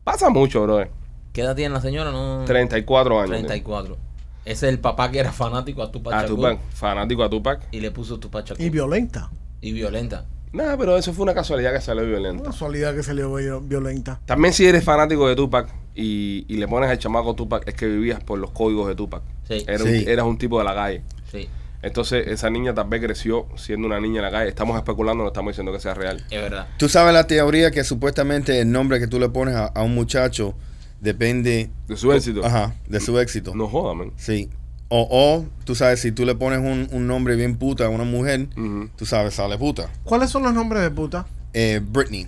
Pasa mucho, brother.
¿Qué edad tiene la señora? No.
34 años.
34. Ese es el papá que era fanático a Tupac
A
Shakur.
Ah, Tupac, fanático a Tupac.
Y le puso Tupac Shakur.
Y violenta.
Y violenta.
Nada, pero eso fue una casualidad que salió violenta.
Una casualidad que se le vio violenta.
También si eres fanático de Tupac y, y le pones al chamaco Tupac, es que vivías por los códigos de Tupac.
Sí.
Eras,
Sí.
Un, eras un tipo de la calle.
Sí.
Entonces, esa niña tal vez creció siendo una niña en la calle. Estamos especulando, no estamos diciendo que sea real.
Es verdad.
Tú sabes la teoría que supuestamente el nombre que tú le pones a, a un muchacho depende
De su éxito.
ajá, de su éxito.
No jodas, man.
Sí. O, o, tú sabes, si tú le pones un, un nombre bien puta a una mujer,
Ujú.
tú sabes, sale puta.
¿Cuáles son los nombres de puta?
Eh, Britney,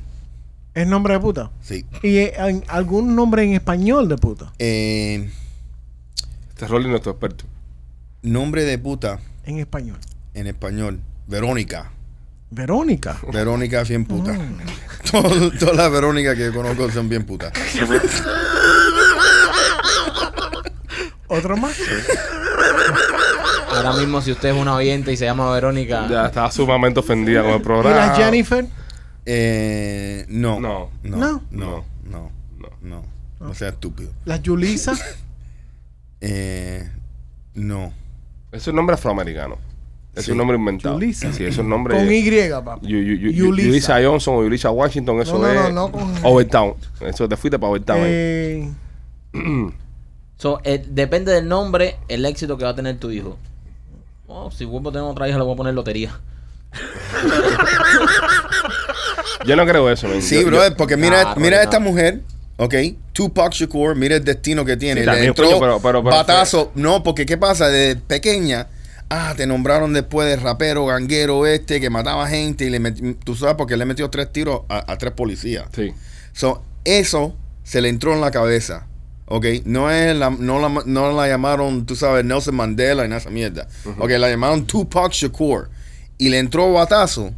¿Es nombre de puta?
sí.
¿Y eh, en- algún nombre en español de puta?
Eh,
Este Rolly es nuestro experto.
nombre de puta
En español.
en español, Verónica.
Verónica.
Verónica es bien puta. Todo- Todas las Verónicas que conozco son bien putas.
¿Otro más?
Ahora mismo, si usted es una oyente y se llama Verónica,
Ya estaba sumamente ofendida con el
¿Y
programa.
la Jennifer?
Eh, no.
No.
No.
No.
No. No. No. No. No, sea estúpido.
¿La Julisa?
Eh, no.
Es un nombre afroamericano. Es
Sí.
un nombre inventado.
Yulisa.
Sí, es un nombre.
Con Y, papá.
Yu- yu- yu- yu-
Yulisa.
Yulisa Johnson o Yulisa Washington, eso
No, no, no,
es
no, con-
Overtown. Eso te fuiste para Overtown. eh.
Eh,
so, eh, depende del nombre, el éxito que va a tener tu hijo. Oh, si vuelvo a tener otra hija, le voy a poner lotería.
Yo no creo eso, man.
Sí,
Yo- yo- Ah,
brother, porque mira,
Nah,
mira
brother,
esta
no.
mujer, ¿ok? Tupac Shakur, mira el destino que tiene.
Sí,
Le
también,
entró
coño, pero- pero- pero-
batazo. No, porque ¿qué pasa? Desde pequeña, ah, te nombraron después de rapero, ganguero este, que mataba gente y le meti- tú sabes, porque le metió tres tiros a, a tres policías.
Sí.
So, eso se le entró en la cabeza. Ok, no, es la, no, la, no la llamaron, tú sabes, Nelson Mandela y nada de esa mierda. Ok, la llamaron Tupac Shakur. Y le entró batazo.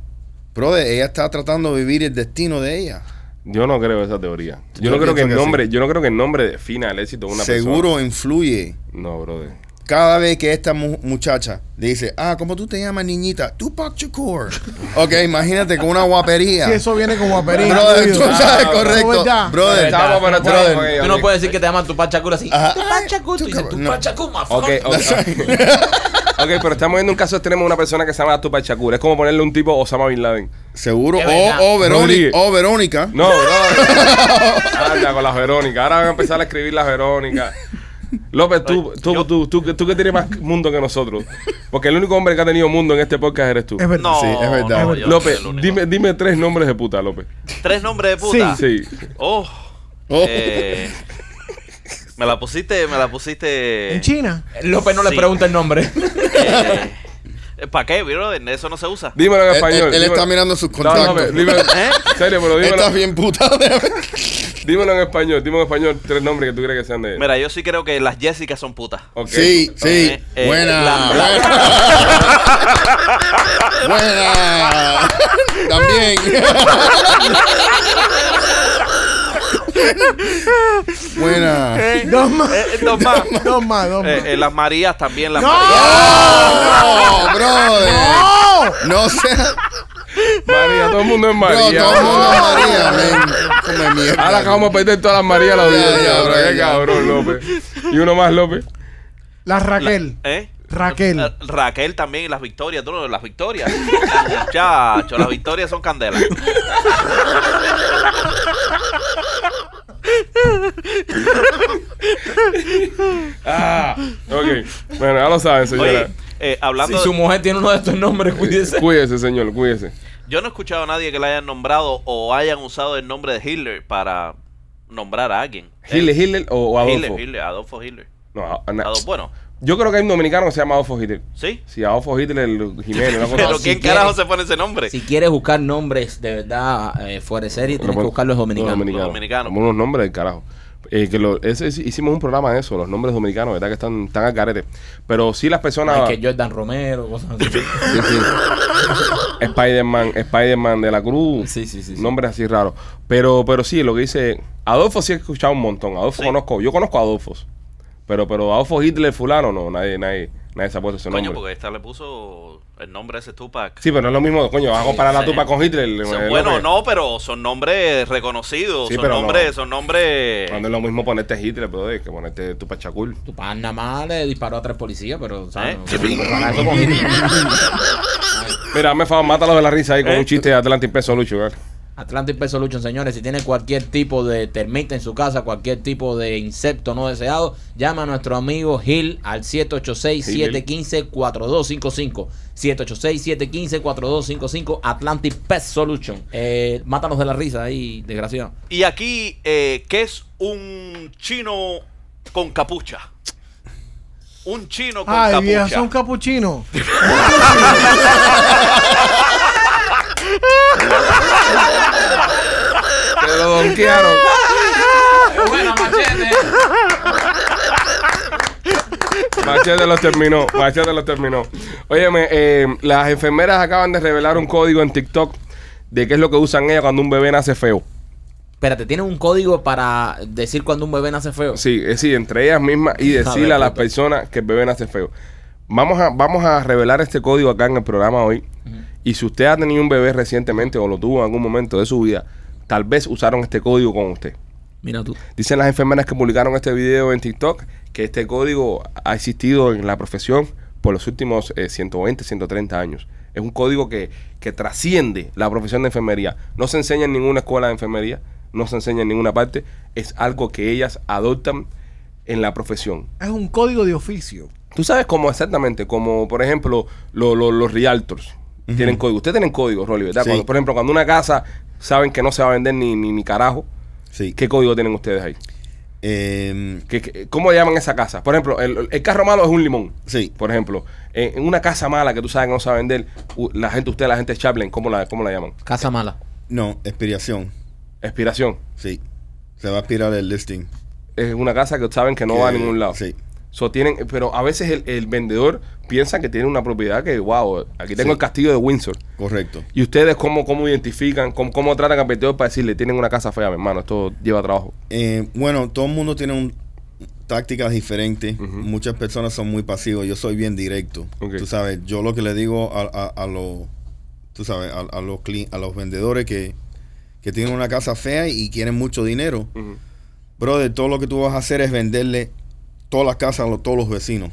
Brother, ella está tratando de vivir el destino de ella.
Yo no creo esa teoría. Yo,
Yo
no creo que
pienso
el
que sí.
nombre, yo no creo que el nombre defina el éxito de una
Seguro
persona.
influye.
No, brother.
Cada vez que esta mu- muchacha le dice, ah, ¿cómo tú te llamas, niñita? Tupac Shakur. ok, imagínate con una guapería.
sí, eso viene como aperitivo.
Brother, tú sabes,
Ah,
correcto.
¿verdad?
Brother,
Estamos, pero estamos,
brother.
eh,
Tú no puedes decir que te llaman tu pachacura así.
Ajá.
Tu pachacura, tú
Tú
dices
cabrón,
tu
no.
pachacura,
Ok,
fuck.
ok. ok, pero estamos viendo un caso extremo de una persona que se llama Tupac Shakur. Es como ponerle un tipo Osama Bin Laden.
Seguro.
Es
O,
verdad.
o Verónica.
Rodríguez.
O Verónica.
No, no. Anda con las Verónicas. Ahora van a empezar a escribir las Verónicas. López, tú, tú, tú, tú, que- tú que tienes más mundo que nosotros. Porque el único hombre que ha tenido mundo en este podcast eres tú.
Es verdad.
No,
Sí, es verdad.
no, yo no soy
López,
el único.
dime, dime tres nombres de puta, López.
Tres nombres de puta.
Sí.
Oh.
Oh.
eh, me la pusiste, me la pusiste.
¿En China?
López no le
Sí.
pregunta el nombre.
¿Para eh, qué, brother? Eso no se usa.
Dímelo en
Él-
español.
él- él está
dímelo-
mirando sus
No, no,
contactos.
dime-
¿Eh?
en serio, pero dímelo,
Estás bien puta.
dímelo en español. Dímelo en español tres nombres que tú crees que sean de él.
Mira, yo sí creo que las Jessicas son putas.
Ok.
Sí, sí.
Eh, eh,
buena.
la-
buena. buena. También. buena.
Eh,
Dos más.
eh, dos más.
Dos más, dos más.
Eh, eh, las Marías también, las
¡No!
Marías.
No, brother. No sea.
María, todo el mundo es
Bro,
María.
todo el mundo es María, men. Come mierda.
Ahora acabamos de perder todas las Marías a la
Ya,
audiencia.
ya,
bro.
bro,
Qué
ya.
cabrón, López. Y uno más, López.
La Raquel.
¿Eh?
Raquel.
Eh, Raquel también y las Victorias, tú no, las Victorias. Muchacho, las Victorias son candela.
Ah, ok. Bueno, ya lo saben, señora.
Oye, eh, hablando
Si su
de-
mujer tiene uno de estos nombres, cuídese.
Cuídese, señor, cuídese.
Yo no he escuchado a nadie que le hayan nombrado o hayan usado el nombre de Hitler para nombrar a alguien. Eh,
¿Hitler, Hitler o, o Adolfo?
Hitler, Hitler, Adolfo Hitler.
No, a- na-
Adolfo, bueno,
Yo creo que hay un dominicano que se llama Adolfo Hitler.
sí.
Si Adolfo Hitler el Jiménez, una cosa
Pero
si
¿quién
quieres-
carajo se pone ese nombre?
Si quieres buscar nombres de verdad eh, fuera de serie, tienes que buscar los dominicanos.
Los dominicanos.
Como unos nombres del carajo. Eh, que lo- ese- ese- hicimos un programa de eso, los nombres dominicanos, ¿verdad? Que están tan al carete. Pero sí las personas.
Michael Jordan Romero, cosas así.
Sí, sí. Spider-Man, Spider-Man de la Cruz.
Sí, sí, sí, sí.
Nombres así raros. Pero, pero sí, lo que dice. Adolfo sí he escuchado un montón. Adolfo
Sí.
conozco. Yo conozco a Adolfos. Pero, pero Adolfo Hitler, fulano, no, nadie, nadie, nadie se ha puesto ese
Coño,
nombre.
porque esta le puso el nombre ese Tupac.
Sí, pero no es lo mismo, coño, vas a comparar la
Sí.
tupa con Hitler.
O
eh,
sea, bueno,
López.
no, pero son nombres reconocidos,
Sí,
son,
pero
nombres,
no.
son nombres, ¿eh?
No es lo mismo ponerte Hitler, pero que ponerte Tupac Shakur.
Tu pan nada más le disparó a tres policías, pero ¿sabes?
¿Eh?
No se puede comparar eso con Hitler.
Mira, me favor, mátalo de la risa ahí con
¿Eh?
un chiste de Atlantic Peso Lucho, ¿verdad?
Atlantic Pest Solution, señores, si tiene cualquier tipo de termita en su casa, cualquier tipo de insecto no deseado, llama a nuestro amigo Gil al 786-715-4255. 786-715-4255, Atlantic Pest Solution. Eh, mátanos de la risa ahí, desgraciado.
Y aquí, eh, ¿qué es un chino con capucha? Un chino con
Ay,
capucha.
viejo, son capuchinos.
Te lo donkearon.
Bueno, machete.
Machete los terminó. Machete los terminó. Óyeme, eh, las enfermeras acaban de revelar un código en TikTok de qué es lo que usan ellas cuando un bebé nace feo.
Espérate, ¿tienen un código para decir cuando un bebé nace feo?
Sí, es decir, entre ellas mismas y decirle a,
ver,
las
puta.
personas que el bebé nace feo. Vamos a, vamos a revelar este código acá en el programa hoy. Y si usted ha tenido un bebé recientemente o lo tuvo en algún momento de su vida, tal vez usaron este código con usted.
Mira tú.
Dicen las enfermeras que publicaron este video en TikTok que este código ha existido en la profesión por los últimos eh, 120, 130 años. Es un código que, que trasciende la profesión de enfermería. No se enseña en ninguna escuela de enfermería, no se enseña en ninguna parte. Es algo que ellas adoptan en la profesión.
Es un código de oficio.
Tú sabes cómo exactamente, como por ejemplo lo- lo- los realtors tienen código. Ustedes tienen código, Rolly, ¿verdad?
Sí.
Cuando, por ejemplo, cuando una casa saben que no se va a vender ni, ni, ni carajo,
Sí.
¿qué código tienen ustedes ahí?
Em,
¿Qué- qué- cómo le llaman esa casa? Por ejemplo, el, el carro malo es un limón.
sí.
Por ejemplo, en, en una casa mala que tú sabes que no sabe vender, u- la gente, usted, la gente de Chaplin, ¿cómo la, ¿cómo la llaman?
Casa mala.
No, expiración.
Expiración.
Sí. Se va a expirar el listing.
Es una casa que saben que no va a
Que-
ningún lado.
Sí.
So, tienen, pero a veces el, el vendedor piensa que tiene una propiedad que, wow, aquí tengo
Sí.
el castillo de Windsor.
Correcto.
¿Y ustedes cómo, cómo identifican, cómo, cómo tratan al vendedor para decirle, tienen una casa fea, mi hermano, esto lleva trabajo?
Eh, bueno, todo el mundo tiene un- tácticas diferentes. Muchas personas son muy pasivos. Yo soy bien directo.
Ok.
Tú sabes, yo lo que le digo a, a- a los, tú sabes, a, a los cli- a los vendedores que, que tienen una casa fea y quieren mucho dinero,
Ujú.
brother, todo lo que tú vas a hacer es venderle todas las casas a los- todos los vecinos.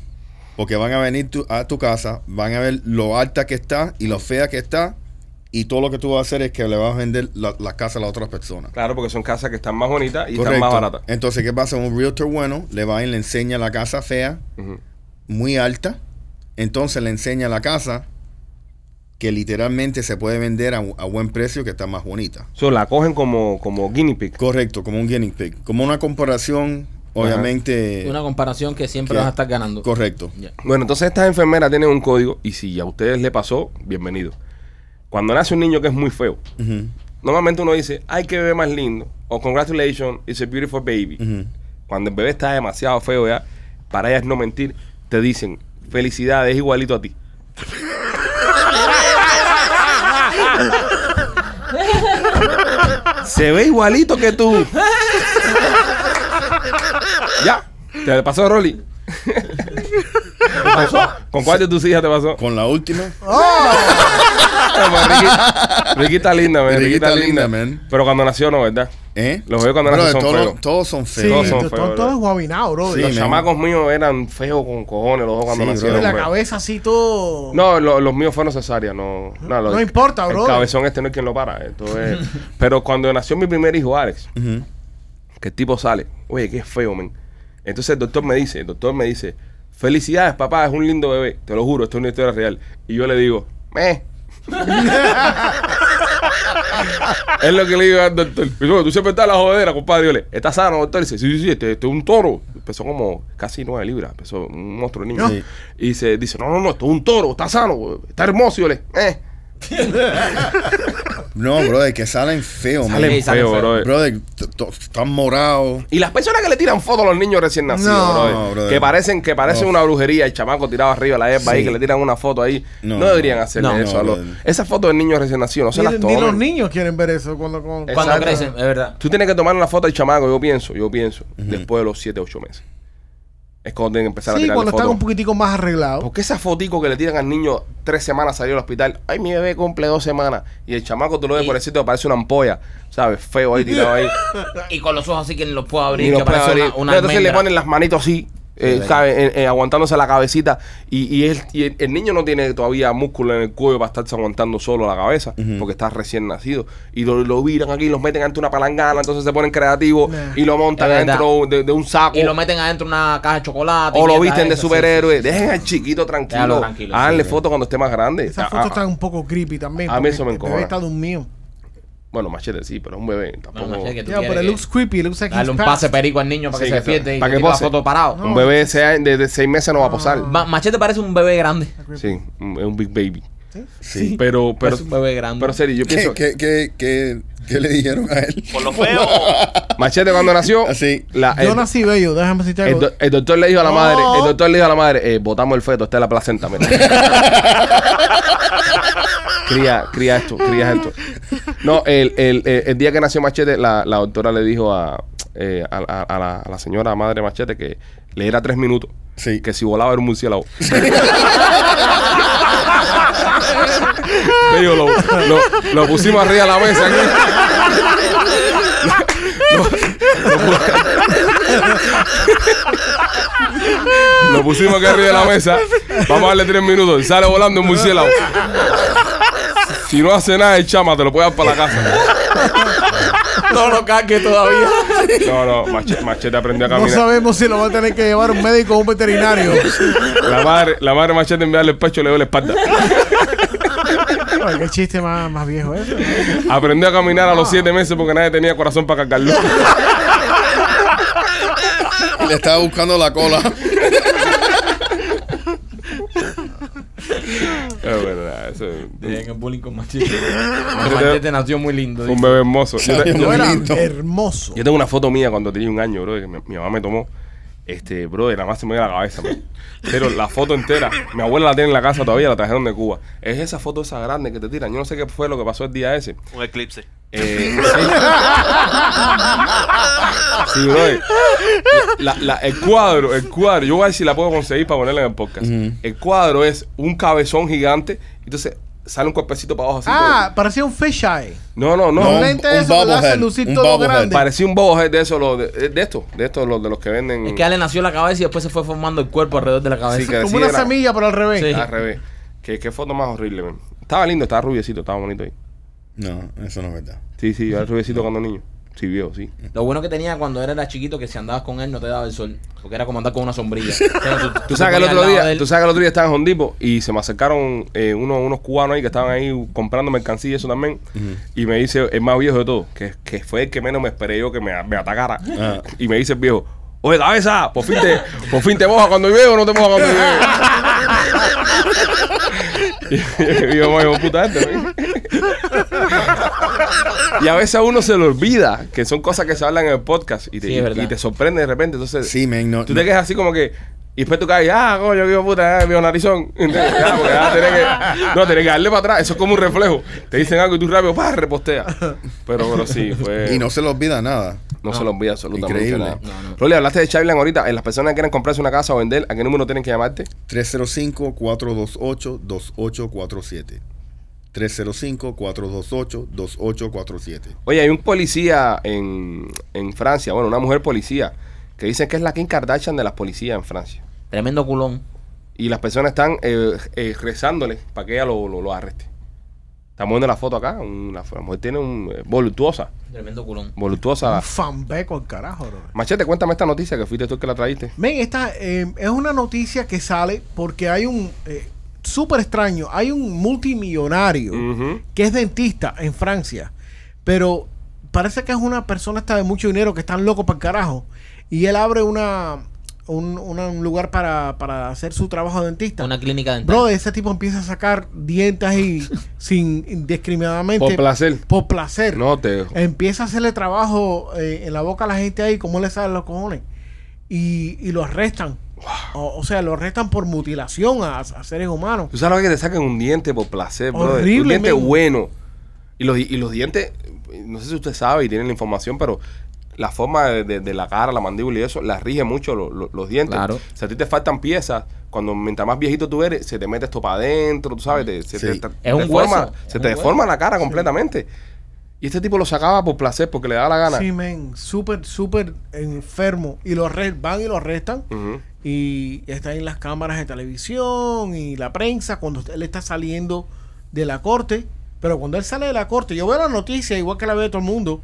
Porque van a venir tu- a tu casa, van a ver lo alta que está y lo fea que está. Y todo lo que tú vas a hacer es que le vas a vender la, la casa a las otras personas.
Claro, porque son casas que están más bonitas y
Correcto.
están más baratas.
Entonces, ¿qué pasa? Un realtor bueno le va y le enseña la casa fea,
Ujú.
muy alta. Entonces le enseña la casa que literalmente se puede vender a, a buen precio, que está más bonita.
So, la cogen como, como guinea pig.
Correcto, como un guinea pig. Como una comparación,
Eh,
obviamente.
Una comparación que siempre
que-
vas a estar ganando.
Correcto.
Bueno, entonces estas enfermeras tienen un código y si a ustedes le pasó, bienvenido. Cuando nace un niño que es muy feo,
Ujú,
normalmente uno dice, ay, qué bebé más lindo, o congratulations, it's a beautiful baby.
ujú.
Cuando el bebé está demasiado feo ya, para ellas no mentir, te dicen, felicidades, es igualito a ti. Se ve igualito que tú. ya, te pasó, Rolly. ¿Te pasó? ¿Con cuál de tus hijas te pasó?
Con la última.
Riquita linda, man.
Ricky
Ricky
está
está
linda,
linda,
man.
Pero cuando nació, no, ¿verdad?
¿eh?
Los veo cuando nacen,
Brother,
son
todos-
feos.
todos son
Sí,
feos.
Todos son eh.
to-
feos,
to- todos
bro.
guabinados, bro.
Sí,
los
man.
chamacos míos eran feos con cojones los dos cuando
Sí,
nacieron.
brother.
la
eh, bro.
cabeza así todo.
No, lo- los míos fueron cesáreas, no. No,
No importa,
bro. El
brother.
cabezón este no es quien lo para. esto es- pero cuando nació mi primer hijo, Alex,
Ujú.
que el tipo sale, oye, qué feo, men. Entonces el doctor me dice, el doctor me dice, felicidades, papá, es un lindo bebé, te lo juro, esto es una historia real. Y yo le digo, meh. es lo que le digo al doctor. Y yo, tú siempre estás en la jodera, compadre. Yo le, ¿estás sano, doctor? Y dice, sí, sí, sí, este, este es un toro. Pesó como casi nueve libras, pesó un monstruo niño.
Sí.
Y dice, dice, no, no, no, esto es un toro, está sano, está hermoso. Y yo le, eh.
No, brother, que salen feos, man.
Salen
Sí, salen
feo,
feo.
brother.
Brother, t- t- están morados.
Y las personas que le tiran fotos a los niños recién nacidos,
No,
brother,
no, brother.
que parecen que parecen
No.
una brujería, el chamaco tirado arriba de la hierba
Sí.
ahí, que le tiran una foto ahí.
No,
No,
no.
deberían hacerle
No.
eso.
No,
a los-
brother.
Esas fotos de niños recién nacidos, no se
Ni,
las
ni los
tomen.
niños quieren ver eso cuando, con-
Eh,
Cuando
Exacto.
crecen, es verdad.
Tú tienes que tomar la foto del chamaco, yo pienso, yo pienso, después de los 7, 8 meses. Es cuando tienen que empezar a
Sí,
tirar
cuando están
fotos.
un poquitico más arreglados.
Porque esa fotico que le tiran al niño tres semanas salió del hospital, ay, mi bebé cumple dos semanas, y el chamaco tú lo ves
Y-
por el sitio, parece una ampolla, ¿sabes? Feo ahí tirado ahí.
Y con los ojos así que ni los puedo abrir,
Ni los
que
puede
parece
abrir.
una, una
Entonces le
almendra.
ponen las manitos así. eh, ¿sabe? Eh, eh, aguantándose la cabecita. Y, y, el, y el- el niño no tiene todavía músculo en el cuello para estarse aguantando solo la cabeza, porque está recién nacido. Y lo, lo viran aquí, los meten ante una palangana, entonces se ponen creativos
Nah.
y lo montan
Es verdad.
dentro de, de un saco.
Y lo meten adentro de una caja de chocolate.
Ah, o lo
y mierda
visten de
esa, sí,
superhéroe.
sí, sí, sí.
Dejen al chiquito tranquilo.
Déjalo tranquilo,
Háganle
sí,
fotos cuando esté más grande.
Esas
Ah,
fotos
ah,
están un poco creepy también.
A mí
porque
eso me
el bebé
encojona.
está de un mío.
Bueno, machete sí, pero es un bebé. Tampoco.
No, no sé que tú
Ya, pero
quieres
it looks creepy, looks like
darle
he's
un
passed.
pase perico al niño para
Sí,
que se
que sea.
despierte y
Para
para
que
que la
pose.
foto parado.
Un bebé de seis, de, de seis meses no va a posar.
Ma- Machete parece un bebé grande.
Sí, un- es un big baby.
Sí.
Pero, pero,
Parece un bebé grande.
pero serio, yo
¿Qué,
pienso.
qué, qué, qué, qué le dijeron a él?
Por lo feo.
Machete cuando nació,
Así.
la-
Yo
el,
nací bello, déjame citar.
el do- el doctor le dijo a la
No.
madre, el doctor le dijo a la madre, eh, botamos el feto, está es la placenta, mira. cría, cría esto, cría esto. No, el, el- el- el día que nació Machete, la, la doctora le dijo a, eh, a, a- a la, a la señora madre Machete que le era tres minutos.
Sí.
Que si volaba era un murciélago. Me dijo, lo, lo- lo pusimos arriba de la mesa. aquí. Lo- lo- lo pusimos aquí arriba de la mesa. Vamos a darle tres minutos. Sale volando un murciélago. Si no hace nada, el chama te lo puede dar para la casa.
no lo caques todavía.
No, no, machete, machete aprendió a
No
caminar.
sabemos si lo va a tener que llevar un médico o un veterinario.
La madre, la madre machete en vez de darle el pecho le dio la espalda.
Ay, qué chiste más, más viejo ese. ¿no?
Aprendió a caminar a los siete meses porque nadie tenía corazón para cargarlo.
Le estaba buscando la cola.
Es verdad, eso es-
Bien, el bullying con machete.
Pero-
machete nació muy lindo.
fue un
dice.
bebé hermoso. Yo, te- yo-
Yo era
Bonito.
hermoso.
yo tengo una foto mía cuando tenía un año, bro, que mi, mi mamá me tomó. Este, bro, nada más se me dio la cabeza, man. Pero la foto entera, mi abuela la tiene en la casa todavía, la trajeron de Cuba. Es esa foto esa grande que te tiran. Yo no sé qué fue lo que pasó el día ese.
Un eclipse.
Eh, sí. Sí, brother. La- la- el cuadro, el cuadro, yo voy a ver si la puedo conseguir para ponerla en el podcast. El cuadro es un cabezón gigante, entonces sale un cuerpecito para abajo así.
Ah, parecía un fisheye.
todo. no, no, no.
Los
un-
lentes
un
esos que lo
bobblehead,
hacen lucir
un
todo
bobblehead.
grande.
Parecía un bobo de eso, lo de, de estos, de estos, los de los que venden.
Es que Ale nació la cabeza y después se fue formando el cuerpo alrededor de la cabeza.
Sí, que
Como
así
una
era.
semilla, pero al revés.
Sí.
Al revés. ¿Qué, qué foto más horrible, man. Estaba lindo, estaba rubiecito, estaba bonito ahí.
No, eso no es verdad.
Sí, sí, yo era rubiecito cuando niño. Sí, viejo, sí.
Lo bueno que tenía cuando era, era chiquito que si andabas con él no te daba el sol. Porque era como andar con una sombrilla.
Tú sabes que el otro día, tú sabes que el otro día estaba en Home Depot y se me acercaron eh, unos, unos cubanos ahí que estaban ahí comprando mercancía y eso también. Y me dice, el más viejo de todos, que, que fue el que menos me esperé yo que me, me atacara.
Ah.
Y me dice el viejo, oye, cabeza, por fin te, por fin te moja cuando llueve o no te moja cuando llueve. y yo, "Bueno, puta gente, ¿no?" Y a veces a uno se le olvida que son cosas que se hablan en el podcast y te,
Sí,
y-
es verdad.
y te sorprende de repente. Entonces,
Sí, man. No,
Tú te quedas así como que. Y después tú caes, ah, coño, que hijo de puta, eh, viejo narizón. Entonces, ya, porque, ah, tenés que, no, tenés que darle para atrás. Eso es como un reflejo. Te dicen algo y tú rápido, pa, repostea. Pero, pero sí, fue.
Y no se le olvida nada.
no se lo olvida absolutamente
Increíble.
nada. Rolly, hablaste de Chavlan ahorita. En las personas que quieren comprarse una casa o vender, ¿a qué número tienen que llamarte?
305-428-2847. 305-428-2847.
Oye, hay un policía en, en Francia, bueno, una mujer policía, que dicen que es la Kim Kardashian de las policías en Francia.
Tremendo culón.
Y las personas están eh, eh, rezándole para que ella lo, lo, lo arreste. Estamos viendo la foto acá. Una, la mujer tiene un. eh, voluptuosa.
Tremendo culón.
Voluptuosa.
Un fanbeco al carajo, bro.
Machete, cuéntame esta noticia que fuiste tú el que la trajiste.
Men, esta eh, es una noticia que sale porque hay un. eh, Súper extraño. Hay un multimillonario
Ujú.
que es dentista en Francia. Pero parece que es una persona esta de mucho dinero que están locos para el carajo. Y él abre una, un, una- un lugar para, para hacer su trabajo de dentista.
Una clínica dental.
Bro, eh. ese tipo empieza a sacar dientes y sin indiscriminadamente.
Por placer.
Por placer.
No te.
Empieza a hacerle trabajo eh, en la boca a la gente ahí, como le salen los cojones. Y, y lo arrestan. O, o sea, lo arrestan por mutilación a, a seres humanos.
Tú sabes lo que te sacan un diente por placer, bro.
Horrible,
Un diente
men.
bueno. Y los, y los dientes, no sé si usted sabe y tiene la información, pero la forma de, de- de la cara, la mandíbula y eso, la rige mucho lo- lo- los dientes.
Claro.
Si a ti te faltan piezas, cuando mientras más viejito tú eres, se te mete esto para adentro, tú sabes, te- se
Sí.
te, te-
Es un
deforma,
hueso,
se
es
te
un
deforma la cara completamente. Y este tipo lo sacaba por placer porque le daba la gana.
Sí, men, súper, súper enfermo. Y lo arre- van y lo arrestan.
Ujú.
y está en las cámaras de televisión y la prensa cuando él está saliendo de la corte. Pero cuando él sale de la corte, yo veo la noticia igual que la ve todo el mundo.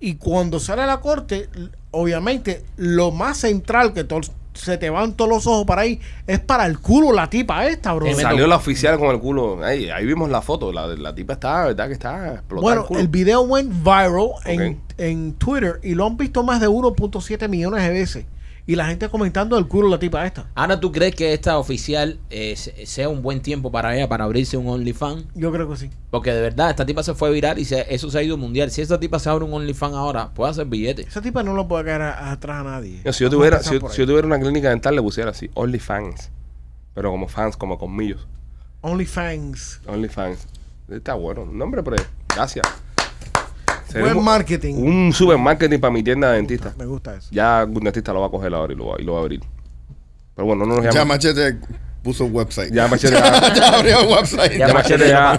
Y cuando sale de la corte, l- obviamente lo más central que tol- se te van todos los ojos para ahí es para el culo la tipa esta, bro.
Tremendo.
Salió la oficial con el culo. Ahí, ahí vimos la foto. La, la tipa está, ¿verdad? Que está explotando
Bueno,
el culo.
el video went viral en,
Ok.
en Twitter y lo han visto más de 1.7 millones de veces. Y la gente comentando el culo la tipa esta.
Ana, ¿tú crees que esta oficial eh, se- sea un buen tiempo para ella para abrirse un OnlyFans?
Yo creo que sí.
Porque de verdad, esta tipa se fue viral y se- eso se ha ido mundial. Si esta tipa se abre un OnlyFans ahora, puede hacer billetes.
Esa tipa no lo puede caer a- atrás a nadie.
Yo, si, yo
No
tuviera,
pasa
si, yo-
por ahí.
si yo tuviera una clínica dental, le pusiera así: OnlyFans. Pero como fans, como colmillos.
OnlyFans.
OnlyFans. Está bueno. Nombre, pero gracias.
Buen
un-
marketing.
Un supermarketing para mi tienda de dentista.
Me gusta eso.
Ya un dentista lo va a coger ahora y lo va, y lo va a abrir. Pero bueno, no nos
Ya
llama.
Machete puso website.
Ya Machete ya,
ya abrió website.
ya Machete ya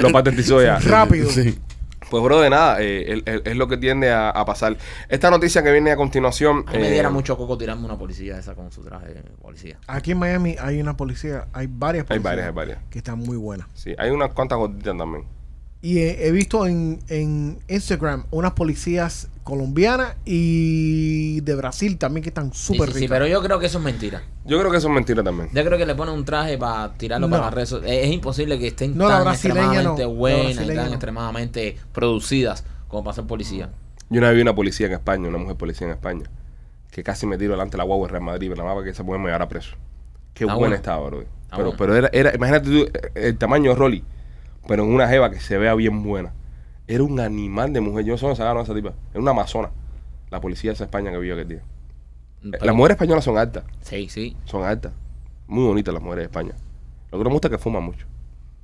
lo patentizó ya.
Rápido.
Sí.
Pues bro, de nada, eh, el- el- es lo que tiende a, a pasar. Esta noticia que viene a continuación...
A mí me
eh,
diera mucho coco tirarme una policía esa con su traje de policía.
Aquí en Miami hay una policía, hay varias
Hay
policías
varias, hay varias.
que están muy buenas.
Sí, hay unas cuantas gorditas también.
Y he, he visto en, en Instagram unas policías colombianas y de Brasil también que están
Sí,
súper
sí, sí,
ricas.
pero yo creo que eso es mentira.
Yo creo que eso es mentira también.
Yo creo que le ponen un traje para tirarlo
No.
para las redes sociales. Es, es imposible que estén
No, la
tan
brasileña no.
extremadamente
La
buenas y
brasileña
tan
no.
extremadamente producidas como para ser policía.
Yo una vez vi una policía en España, una mujer policía en España, que casi me tiró delante de la guagua de Real Madrid, pero nada más para que esa mujer me llevara preso. Qué
Ah,
buena
bueno.
estaba, bro.
Ah,
pero
bueno.
pero era, era, imagínate tú, eh, el tamaño de Rolly, pero en una jeva que se vea bien buena. Era un animal de mujer. Yo no sé dónde sacaron a esa tipa. Era una amazona. La policía de esa España que vi aquel día. Eh,
Pero-
Las mujeres españolas son altas.
Sí, sí.
Son altas. Muy bonitas las mujeres de España. Lo que no me gusta es que fuman mucho.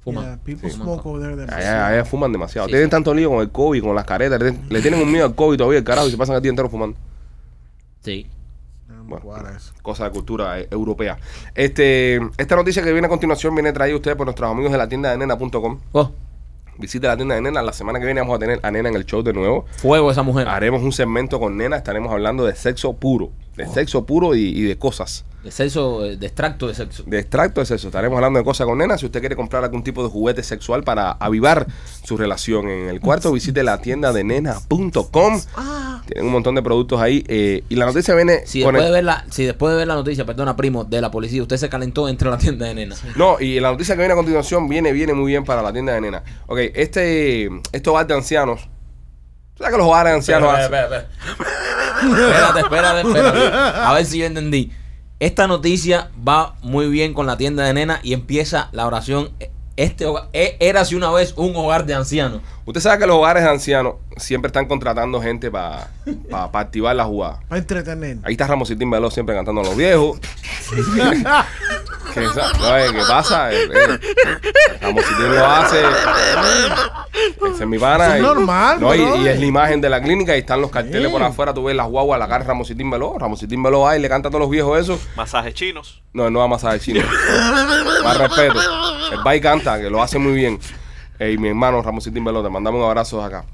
Fuma.
Yeah, people
Sí.
smoke over there.
Allá, allá fuman demasiado.
Sí,
tienen
sí.
tanto lío con el COVID, con las caretas. Le, le tienen un miedo al COVID todavía, el carajo, y se pasan el día entero fumando.
Sí.
No me
Bueno,
cuadra eso.
cosa de cultura eh, europea. Este, esta noticia que viene a continuación viene traída a ustedes por nuestros amigos de la tienda de nena.com.
Oh,
Visita la tienda de nena. La semana que viene vamos a tener a nena en el show de nuevo.
fuego esa mujer.
Haremos un segmento con nena. Estaremos hablando de sexo puro. De sexo puro y, y de cosas.
De sexo, eh, de extracto de sexo.
De extracto es eso. Estaremos hablando de cosas con nena. Si usted quiere comprar algún tipo de juguete sexual para avivar su relación en el cuarto, visite la tienda de nena.com. Tienen un montón de productos ahí. eh, y la noticia viene
Si
con
Ah. después,
el-
de ver la, si después de ver la noticia, perdona, primo, de la policía, usted se calentó, entre a la tienda de nena.
No, y la noticia que viene a continuación viene, viene muy bien para la tienda de nena. Ok, este, estos bares de ancianos. ¿Tú sabes que los bares de ancianos hacen?
espérate, espérate, espérate, espérate. A ver si yo entendí. Esta noticia va muy bien con la tienda de nena y empieza la oración. Este hogar, e- érase una vez un hogar de ancianos.
Usted sabe que los bares de ancianos siempre están contratando gente para activar la jugada.
Para entretener.
Ahí está Ramositín Veloz siempre cantando a los viejos. ¿Qué, sa- oye, ¿qué pasa? Eh, eh, Ramositín lo hace. Ese es mi pana.
Es
y-
normal,
no, y,
bro.
y es la imagen de la clínica y están los carteles por afuera. Tú ves las guaguas, la cara de Ramositín Veloz. Ramositín Veloz va y le canta a todos los viejos eso.
Masajes chinos.
No, él no va a masaje chino. Más respeto. El va y canta, que lo hace muy bien. Eh, y mi hermano Ramosín Veloz, te mandamos un abrazo acá.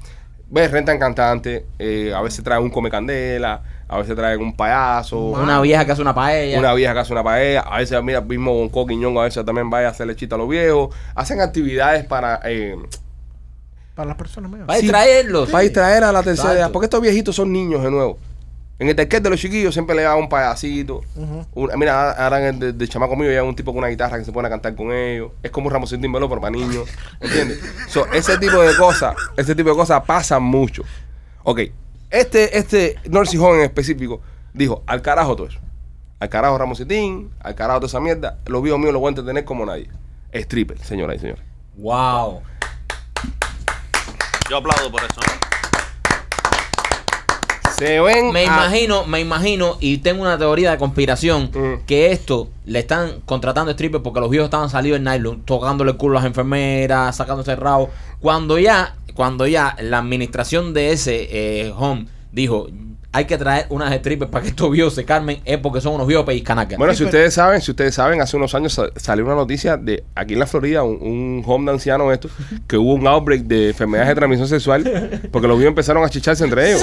Ves, rentan cantantes, eh, a veces traen un come candela, a veces traen un payaso,
Una vieja que hace una paella.
una vieja que hace una paella, a veces mira el mismo Bonco Quiñón, a veces también vaya a hacerle chita a los viejos. Hacen actividades para, eh,
Para las personas mayores.
Para distraerlos.
para distraer a la tercera edad.
Exacto.
Porque estos viejitos son niños de nuevo. En el terquet de los chiquillos siempre le da un payasito.
Ujú.
Una- mira, ahora en el de, de chamaco mío llega un tipo con una guitarra que se pone a cantar con ellos. Es como un Ramosín Timbelo, pero para niños. ¿Entiendes? So, ese tipo de cosas, ese tipo de cosas pasan mucho. Ok, este, este Norcy Home en específico dijo, al carajo todo eso. Al carajo Ramositín, al carajo toda esa mierda. Los viejos míos los voy a entretener como nadie. Stripper, señoras y señores.
Wow.
Yo aplaudo por eso. ¿eh?
Se ven
Me
a-
imagino, me imagino, y tengo una teoría de conspiración,
Mm.
que esto le están contratando strippers porque los viejos estaban salidos en nylon, tocándole el culo a las enfermeras, sacándose el rabo. Cuando ya, cuando ya la administración de ese eh, home dijo, hay que traer unas strippers para que estos viejos se calmen, es porque son unos viejos pellizcanacas.
Bueno,
Sí,
si
pero-
ustedes saben, si ustedes saben, hace unos años sa- salió una noticia de aquí en la Florida, un, un home de ancianos esto, que hubo un outbreak de enfermedades de transmisión sexual, porque los viejos empezaron a chicharse entre ellos.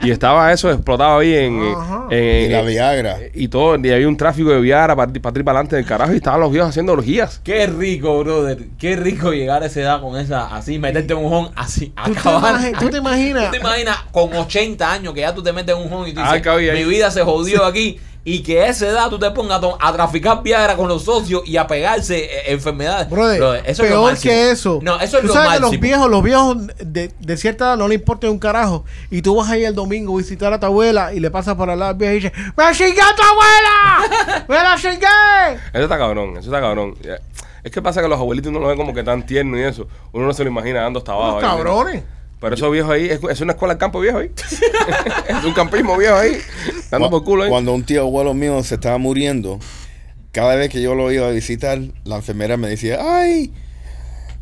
y estaba eso explotado ahí en.
Ajá.
en-
Y la
en-
Viagra.
y todo, y había un tráfico de viara para ir para adelante del carajo y estaban los viejos haciendo orgías.
Qué rico, brother. Qué rico llegar a esa edad con esa, así, meterte en un hon, así,
¿Tú te,
acabar.
imagi- tú te imaginas?
¿Tú te imaginas con 80 años que ya tú te metes en un hon y tú
Ah,
dices,
cabía ahí.
mi vida se jodió aquí? Y que a esa edad tú te pongas a, to- a traficar Viagra con los socios y a pegarse eh, enfermedades.
Brother,
Brother, es lo
peor
máximo.
que eso.
No, eso es
Tú
lo
sabes que
máximo.
los viejos, los viejos de, de cierta edad no le importa un carajo. Y tú vas ahí el domingo a visitar a tu abuela y le pasas por al lado vieja y dices, ¡Me chingué a tu abuela! ¡Me la chingué!
Eso está cabrón, eso está cabrón. Ya. Es que pasa que los abuelitos uno los ve como que tan tiernos y eso. Uno no se lo imagina dando
Oh,
hasta abajo. ahí,
Los
¿no?
cabrones.
Pero esos viejos ahí, es, es una escuela de campo viejo ahí. es un campismo viejo ahí. Dando por culo ahí.
Cuando un tío abuelo mío se estaba muriendo, cada vez que yo lo iba a visitar, la enfermera me decía, ay,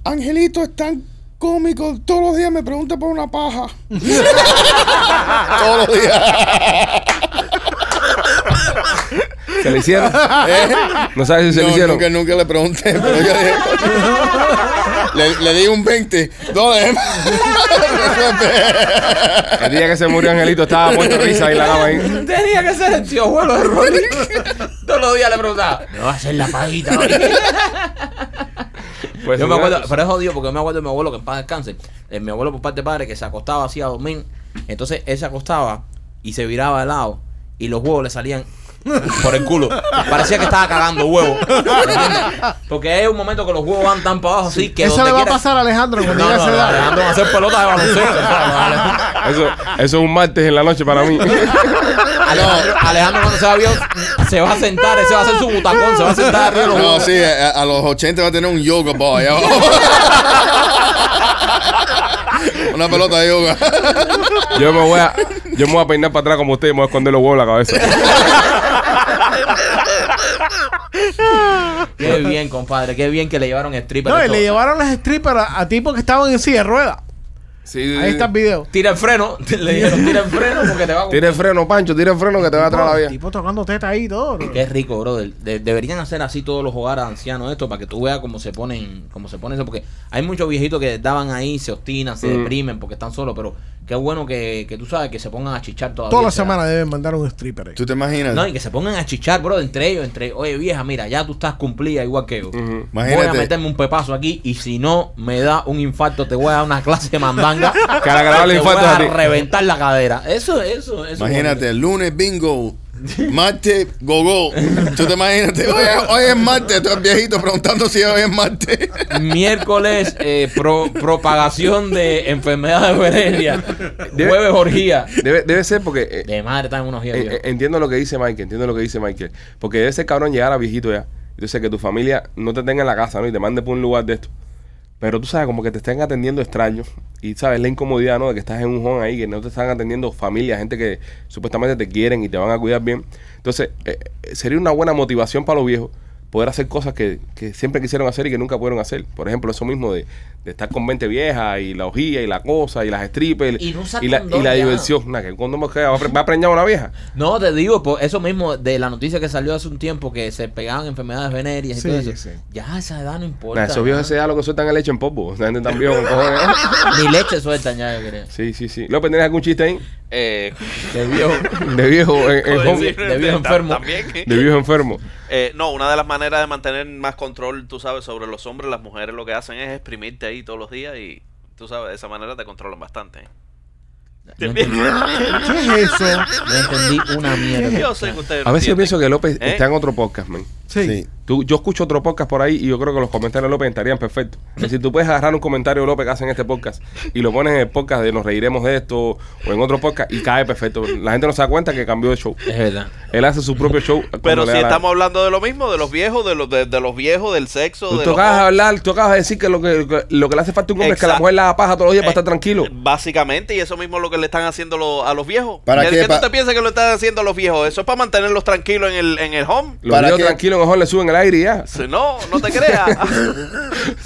Angelito es tan cómico, todos los días me pregunta por una paja. todos los días.
¿Se le hicieron? Eh. No sabes si se le
No,
hicieron.
nunca, nunca le pregunté, pero yo dije- le, le di un 20 dólares.
El día que se murió Angelito estaba muerto de risa ahí la cama ahí.
Tenía que ser el tío abuelo de Rolly. Todos los días le preguntaba, me va a hacer la pajita hoy?"
Pues,
yo me
señores,
acuerdo, pero es jodido porque yo me acuerdo de mi abuelo que en paz descanse. Eh, mi abuelo por parte de padre que se acostaba así a dormir. Entonces él se acostaba y se viraba de lado y los huevos le salían por el culo. Parecía que estaba cagando huevos. Porque hay un momento que los huevos van tan para abajo así que
Eso
donde
le va a
quiera-
pasar a Alejandro
No,
cuando
no,
llegue
no,
a esa edad.
Alejandro va a hacer pelotas de baloncesto.
Eso, eso es un martes en la noche para mí.
Alejandro, Alejandro cuando se va a viejo, se va a sentar, se va a hacer su butacón, se va a sentar
Ah,
arriba de los
No,
huevos.
sí, a, a los 80 va a tener un yoga ball. allá abajo. Una pelota de yoga.
Yo me voy a, yo me voy a peinar para atrás como usted y me voy a esconder los huevos en la cabeza.
Qué bien, compadre, qué bien que le llevaron stripper.
No, y
esto.
le llevaron las strippers a, a tipos que estaban en silla de ruedas.
Sí,
Ahí está el video.
Tira el freno, le dijeron tira el freno porque te va a
Tira el freno, Pancho, tira el freno que te va a atrás la
Tipo,
vía.
tipo tocando teta ahí y todo. bro.
Qué rico, brother. De- deberían hacer así todos los hogares ancianos esto para que tú veas cómo se ponen, cómo se ponen eso, porque hay muchos viejitos que daban ahí, se obstinan, se
Mm.
deprimen porque están solos, pero qué bueno que, que tú sabes que se pongan a chichar todavía.
Todas las
o sea,
semanas deben mandar un stripper. ahí.
¿Tú te imaginas?
No, y que se pongan a chichar, bro, entre ellos, entre, oye vieja, mira, ya tú estás cumplida igual que yo.
Ujú.
Voy a
Imagínate.
meterme un pepazo aquí y si no me da un infarto, te voy a dar una clase de mandanga.
Que al agarrar el
te
infarto
voy
es
a,
a ti.
reventar la cadera. Eso, eso, eso.
Imagínate, lunes bingo, martes gogo. Tú te imagínate, hoy, es- hoy es martes, tú eres viejito preguntando si hoy es martes.
Miércoles, eh, pro- propagación de enfermedades venéreas. Jueves, orgía.
Debe, debe ser porque eh,
De madre, están unos días.
En- en- Eh, Entiendo lo que dice Michael, entiendo lo que dice Michael. Porque debe ser cabrón llegar a viejito ya. Entonces que tu familia no te tenga en la casa, ¿no? Y te mande por un lugar de esto. Pero tú sabes, como que te estén atendiendo extraños. Y sabes la incomodidad, ¿no? De que estás en un home ahí, que no te están atendiendo familia, gente que supuestamente te quieren y te van a cuidar bien. Entonces, eh, eh, sería una buena motivación para los viejos poder hacer cosas que, que siempre quisieron hacer y que nunca pudieron hacer. Por ejemplo, eso mismo de, de estar con 20 viejas y la hojía y la cosa y las strippers
Y no usa
la, y
condón
la
ya.
diversión. Nah, que el condón que va, a pre- va a preñar una vieja.
No, te digo, por eso mismo de la noticia que salió hace un tiempo que se pegaban enfermedades venéreas y
Sí,
todo eso.
sí.
Ya a esa edad no importa.
Nah, esos viejos
ya.
ese ya lo que sueltan es leche en popo. Esa gente tan vieja con cojones.
Ni leche sueltan ya, yo creo.
Sí, sí, sí. López, ¿tienes algún chiste ahí?
Eh,
De viejo.
De viejo, en- en
¿cómo
home-
decirlo?
de viejo
Ta-
enfermo.
También.
de viejo enfermo.
Eh, no, una de las maneras de mantener más control, tú sabes, sobre los hombres, las mujeres lo que hacen es exprimirte ahí todos los días y tú sabes, de esa manera te controlan bastante.
No entendí,
¿Qué es eso?
no entendí una mierda.
Yo sé que ustedes
A veces yo
entienden.
pienso que López
¿Eh?
está en otro podcast, man.
Sí.
Tú, yo escucho otro podcast por ahí y yo creo que los comentarios de López estarían perfectos. Es decir, tú puedes agarrar un comentario de López que hace en este podcast y lo pones en el podcast de Nos Reiremos de esto o en otro podcast y cae perfecto. La gente no se da cuenta que cambió de show.
Es verdad.
Él hace su propio show. cuando
Pero
le
si
da la-
estamos hablando de lo mismo, de los viejos, de los, de, de los viejos, del sexo,
Tú
de
te
los
acabas de hablar, tú acabas de decir que lo que, lo que le hace falta a un hombre es que la
Exacto.
mujer la haga paja todos los días para estar
Eh,
tranquilo.
Básicamente, y eso mismo es lo que le están haciendo lo- a los viejos.
¿Para
¿Qué,
qué?
qué tú
Pa-
te piensas que lo están haciendo a los viejos? Eso es para mantenerlos tranquilos en el, en el home.
Los
¿Para
videos
qué?
tranquilos, mejor le suben el aire y ya.
Si no, no te creas.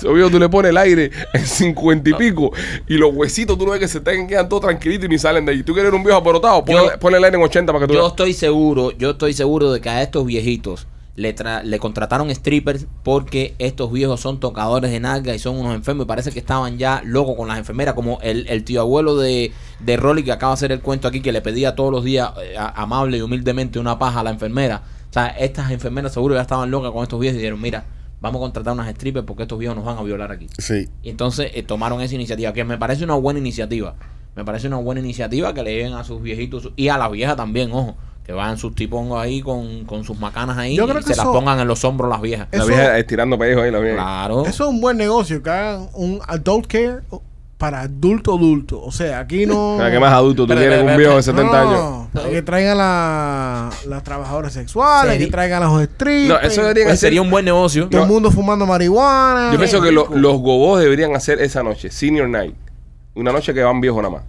Obvio, tú le pones el aire en cincuenta y pico y los huesitos tú no ves que se te quedan todos tranquilitos y ni salen de ahí. Tú quieres un viejo aporotado, ponle,
Yo-
ponle el aire en 80 para que tú
Yo
veas.
estoy seguro, yo estoy seguro de que a estos viejitos le, tra- le contrataron strippers porque estos viejos son tocadores de nalga y son unos enfermos y parece que estaban ya locos con las enfermeras, como el, el tío abuelo de, de Rolly que acaba de hacer el cuento aquí, que le pedía todos los días eh, a- amable y humildemente una paja a la enfermera. O sea, estas enfermeras seguro ya estaban locas con estos viejos y dijeron, mira, vamos a contratar unas strippers porque estos viejos nos van a violar aquí.
Sí.
Y entonces eh, tomaron esa iniciativa, que me parece una buena iniciativa. Me parece una buena iniciativa que le lleven a sus viejitos su- y a la vieja también, ojo. Que vayan sus tipongos ahí con, con sus macanas ahí
Yo
y
creo que
se las
eso-
pongan en los hombros las viejas.
La
Eso-
vieja estirando pellejo ahí, la vieja.
Claro. pues
Eso es un buen negocio, que hagan un adult care para adulto adulto. O sea, aquí no...
Mira, ¿Qué más adulto tú
Pero,
tienes?
pero,
Un
pero,
viejo de
pero-
70 años.
No, que traigan la- las trabajadoras sexuales,
Seri-
que traigan a los strippers.
No, eso debería
Pues
ser-
sería un buen negocio.
Todo el mundo fumando marihuana.
Yo pienso que lo- los gobos deberían hacer esa noche, Senior Night. Una noche que van viejos nada más.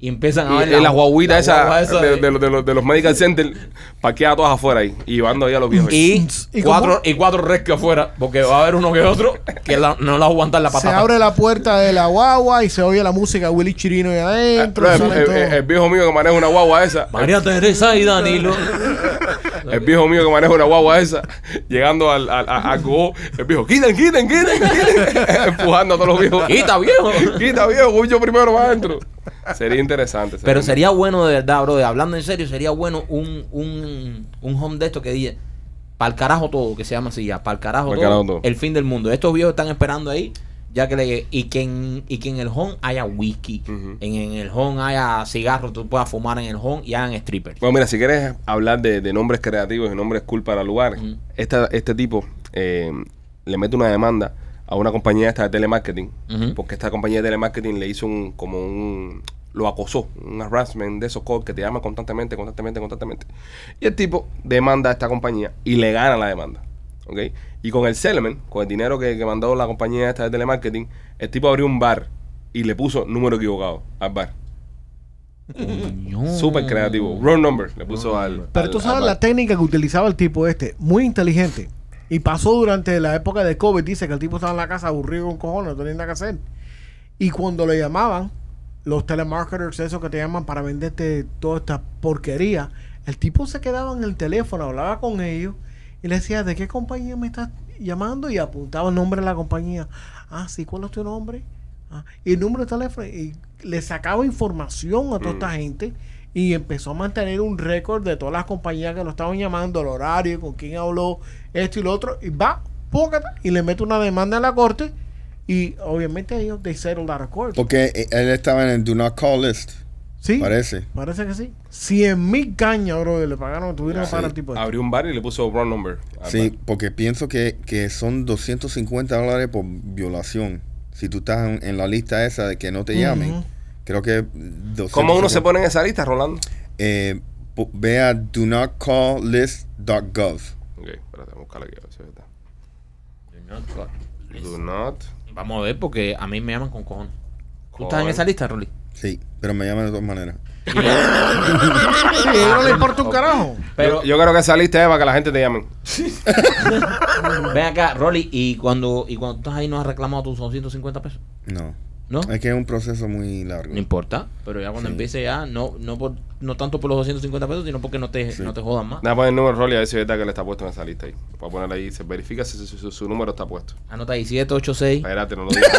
Y empiezan a
Y
ver
la, guaguita
la
esa,
guagua esa
de,
de-
de los- de los, de los Medical Center parqueada todas afuera ahí y llevando ahí a los viejos.
y,
Mm, ¿Y cómo?
cuatro y cuatro rescue afuera, porque va a haber uno que otro que la- no la aguantan la
Se
patada.
abre la puerta de la guagua y se oye la música de Willy Chirino ahí
Ah,
adentro.
pero el,
sale
el-
todo.
el viejo mío que maneja una guagua esa,
María Teresa y Danilo.
el viejo mío que maneja una guagua esa, llegando al, al, a- al gobo, el viejo, quiten, quiten, quiten, quiten", empujando a todos los viejos.
Quita, viejo.
Quita, viejo, voy yo primero para adentro. Sería interesante.
Pero sería bueno de verdad, bro, hablando en serio, sería bueno un, un, un home de esto que diga, pa'l carajo todo, que se llama así ya, pa'l carajo,
Pa'l
todo,
carajo todo".
el fin del mundo. Estos viejos están esperando ahí, ya que le, y que en, y que en el home haya whisky,
Ujú.
en, en el home haya cigarros, tú puedas fumar en el home y hagan strippers.
Bueno, mira, si quieres hablar de, de nombres creativos y nombres cool para lugares,
Ujú.
esta- este tipo eh, le mete una demanda a una compañía esta de telemarketing,
Ujú.
porque esta compañía de telemarketing le hizo un, como un, lo acosó, un harassment de esos calls que te llaman constantemente, constantemente, constantemente. Y el tipo demanda a esta compañía y le gana la demanda. ¿ok? Y con el settlement, con el dinero que, que mandó la compañía esta de telemarketing, el tipo abrió un bar y le puso número equivocado al bar.
Coño.
Súper creativo. Wrong number le puso al.
Pero
al-
tú
al
sabes
bar.
la técnica que utilizaba el tipo este, muy inteligente. Y pasó durante la época de COVID, dice que el tipo estaba en la casa aburrido con cojones, no tenía nada que hacer. Y cuando le llamaban, los telemarketers, esos que te llaman para venderte toda esta porquería, el tipo se quedaba en el teléfono, hablaba con ellos y le decía, ¿de qué compañía me estás llamando? Y apuntaba el nombre de la compañía. Ah, sí, ¿cuál es tu nombre? Ah, y el número de teléfono. Y le sacaba información a toda esta gente y empezó a mantener un récord de todas las compañías que lo estaban llamando, el horario, con quién habló, esto y lo otro. Y va, pócata, y le mete una demanda en la corte. Y obviamente ellos, they settled out of court.
Porque él estaba en el do not call list.
Sí.
Parece.
Parece que sí. 100 mil cañas, bro, le pagaron, tuvieron que pagar al tipo. este.
Abrió un bar y le puso wrong number. al
Sí, porque pienso que, que son 250 dólares por violación. Si tú estás en, en la lista esa de que no te llamen,
Ujú.
creo que 250.
bar. ¿Cómo uno se pone en esa lista, Rolando?
Eh, po- ve a do not call list.gov.
Ok, espérate, vamos a buscarla aquí a ver si es verdad. Do not.
Vamos a ver, porque a mí me llaman con cojones. ¿Tú estás
Cojones.
en esa lista, Rolly?
Sí, pero me llaman de todas maneras.
Sí, a ellos no le importa un carajo.
Pero,
yo, yo creo que esa lista es para que la gente te llamen.
ven acá, Rolly, y cuando, y cuando estás ahí no has reclamado tus 250 pesos,
No.
¿no?
Es que es un proceso muy largo.
No importa, pero ya cuando empiece ya, no no por, no tanto por los 250 pesos, sino porque no te, no te jodan más.
Nada, pon el número de Rolly a ver si es verdad que le está puesto en esa lista ahí. Voy a ponerle ahí, se verifica si su, su- su número está puesto.
Anota ahí 786,
Espérate, no lo digas.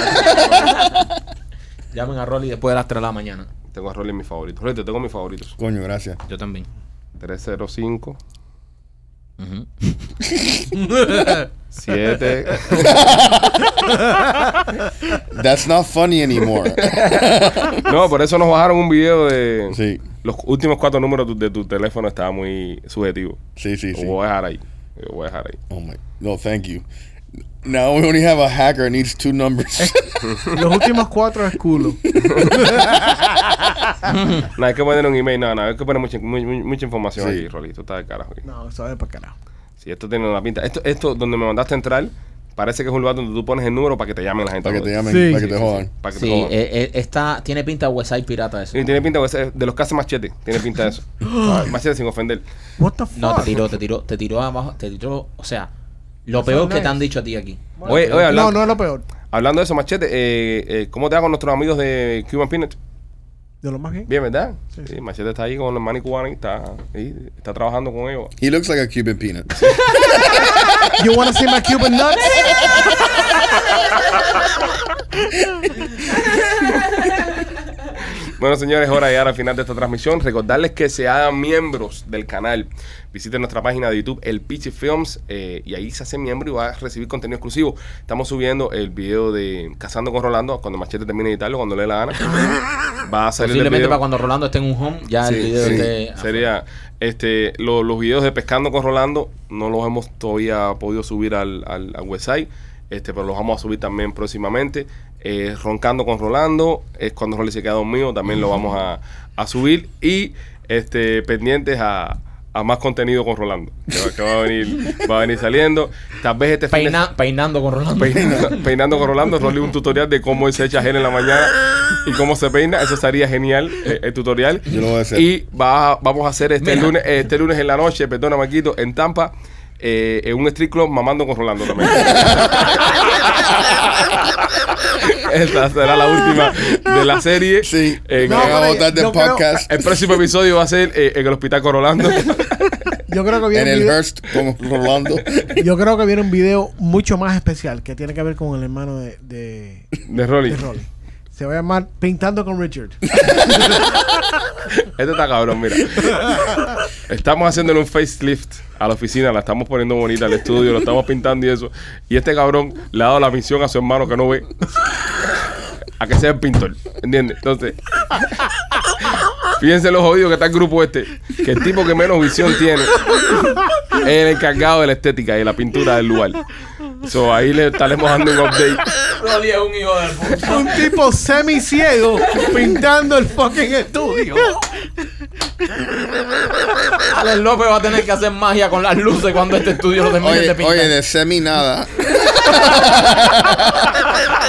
llamen a Rolly después de las 3 de la mañana.
tengo a Rolly en mis favoritos. Rolly, te tengo mis favoritos.
Coño, gracias.
Yo también.
305,
Ujú.
7.
That's not funny anymore.
No, por eso nos bajaron un video de.
sí,
Los últimos cuatro números tu- de tu teléfono estaba muy subjetivo.
sí, sí,
Lo
sí.
voy a dejar ahí. Lo voy a dejar ahí.
Oh my. No, thank you. Now we only have a hacker that needs two numbers.
Los últimos cuatro es culo.
No, hay que poner un email, no, no, hay que poner mucha, mu- mu- mucha información
Sí.
aquí, Rolly. Esto está de carajo aquí.
No, sabe para carajo.
Si esto tiene una pinta. Esto, esto donde me mandaste a entrar, parece que es un lugar donde tú pones el número para que te llamen la gente.
para que te llamen,
Sí,
para que
sí,
te jodan.
Para que te
Sí,
jodan.
eh, eh, está, tiene pinta de website pirata eso.
Y tiene pinta de ser de los casas machete. Tiene pinta de eso. Ay, machete sin ofender.
What the fuck?
No, te tiró, te tiró, te tiró abajo, te tiró, o sea, lo peor que te han dicho a ti aquí.
Oye, oye, hablando,
No, no es lo peor.
hablando de eso, machete, eh, eh, ¿cómo te va con nuestros amigos de Cuban Peanut?
De lo más bien.
Bien, ¿verdad?
Sí,
Sí,
sí.
Machete está ahí con los manes cubanos y está, ahí, está trabajando con ellos.
He looks like a Cuban peanut.
You wanna see my Cuban nuts?
Bueno, señores, hora de llegar al final de esta transmisión. Recordarles que se hagan miembros del canal. Visiten nuestra página de YouTube, El Pichi Films, eh, y ahí se hace miembro y va a recibir contenido exclusivo. Estamos subiendo el video de Cazando con Rolando cuando Machete termine de editarlo, cuando le dé la gana. Va a salir el
Posiblemente
video.
para cuando Rolando esté en un home, ya
Sí,
el video
sí.
esté afuera.
Sería este lo- los videos de Pescando con Rolando no los hemos todavía podido subir al, al- al website, este, pero los vamos a subir también próximamente. Eh, Roncando con Rolando, es cuando Rolly se queda dormido, también lo vamos a, a subir. Y este pendientes a, a más contenido con Rolando, que, va- que va, a venir, va a venir saliendo. Tal vez este fin de-
ah, Peina- peinando con Rolando.
Peina- peinando con Rolando, Rolly un tutorial de cómo él se echa gel en la mañana y cómo se peina. Eso estaría genial eh, el tutorial.
Yo lo voy a hacer.
Y va- vamos a hacer este
Mira.
lunes, este lunes en la noche, perdona Maquito, en Tampa, eh, en un street club mamando con Rolando también. Esta será la última de la serie.
Sí.
Eh,
me
No,
voy a
pero eh,
botar
yo
del
creo-
podcast.
El próximo episodio va a ser eh, en el hospital con Rolando.
Yo creo que
En
viene un
el
video,
Hearst con Rolando.
yo creo que viene un video mucho más especial que tiene que ver con el hermano de, de,
De Rolly.
de Rolly. Se va a llamar Pintando con Richard.
Este está cabrón, mira. Estamos haciéndole un facelift a la oficina, la estamos poniendo bonita al estudio, lo estamos pintando y eso. Y este cabrón le ha dado la misión a su hermano que no ve a que sea el pintor. ¿Entiendes? Entonces, fíjense los jodidos que está el grupo este. Que el tipo que menos visión tiene es el encargado de la estética y la pintura del lugar. So, ahí le estaremos dando un update.
Rolly es un hijo del puto.
un tipo semi ciego pintando el fucking estudio.
Alex López va a tener que hacer magia con las luces cuando este estudio lo termine
Oye,
de pintar.
oye, de semi nada.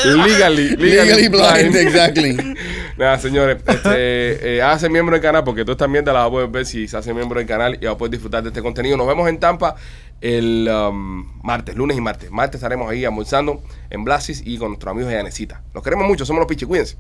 Legally,
Legally blind, exactly.
Nada, señores, este, eh, hágase miembro del canal porque tú esta mierda la vas a poder ver si se hace miembro del canal y vas a poder disfrutar de este contenido. Nos vemos en Tampa el um, martes, lunes y martes. Martes estaremos ahí almorzando en Blasis y con nuestros amigos de Yanecita. Los queremos mucho, somos los pichis, cuídense.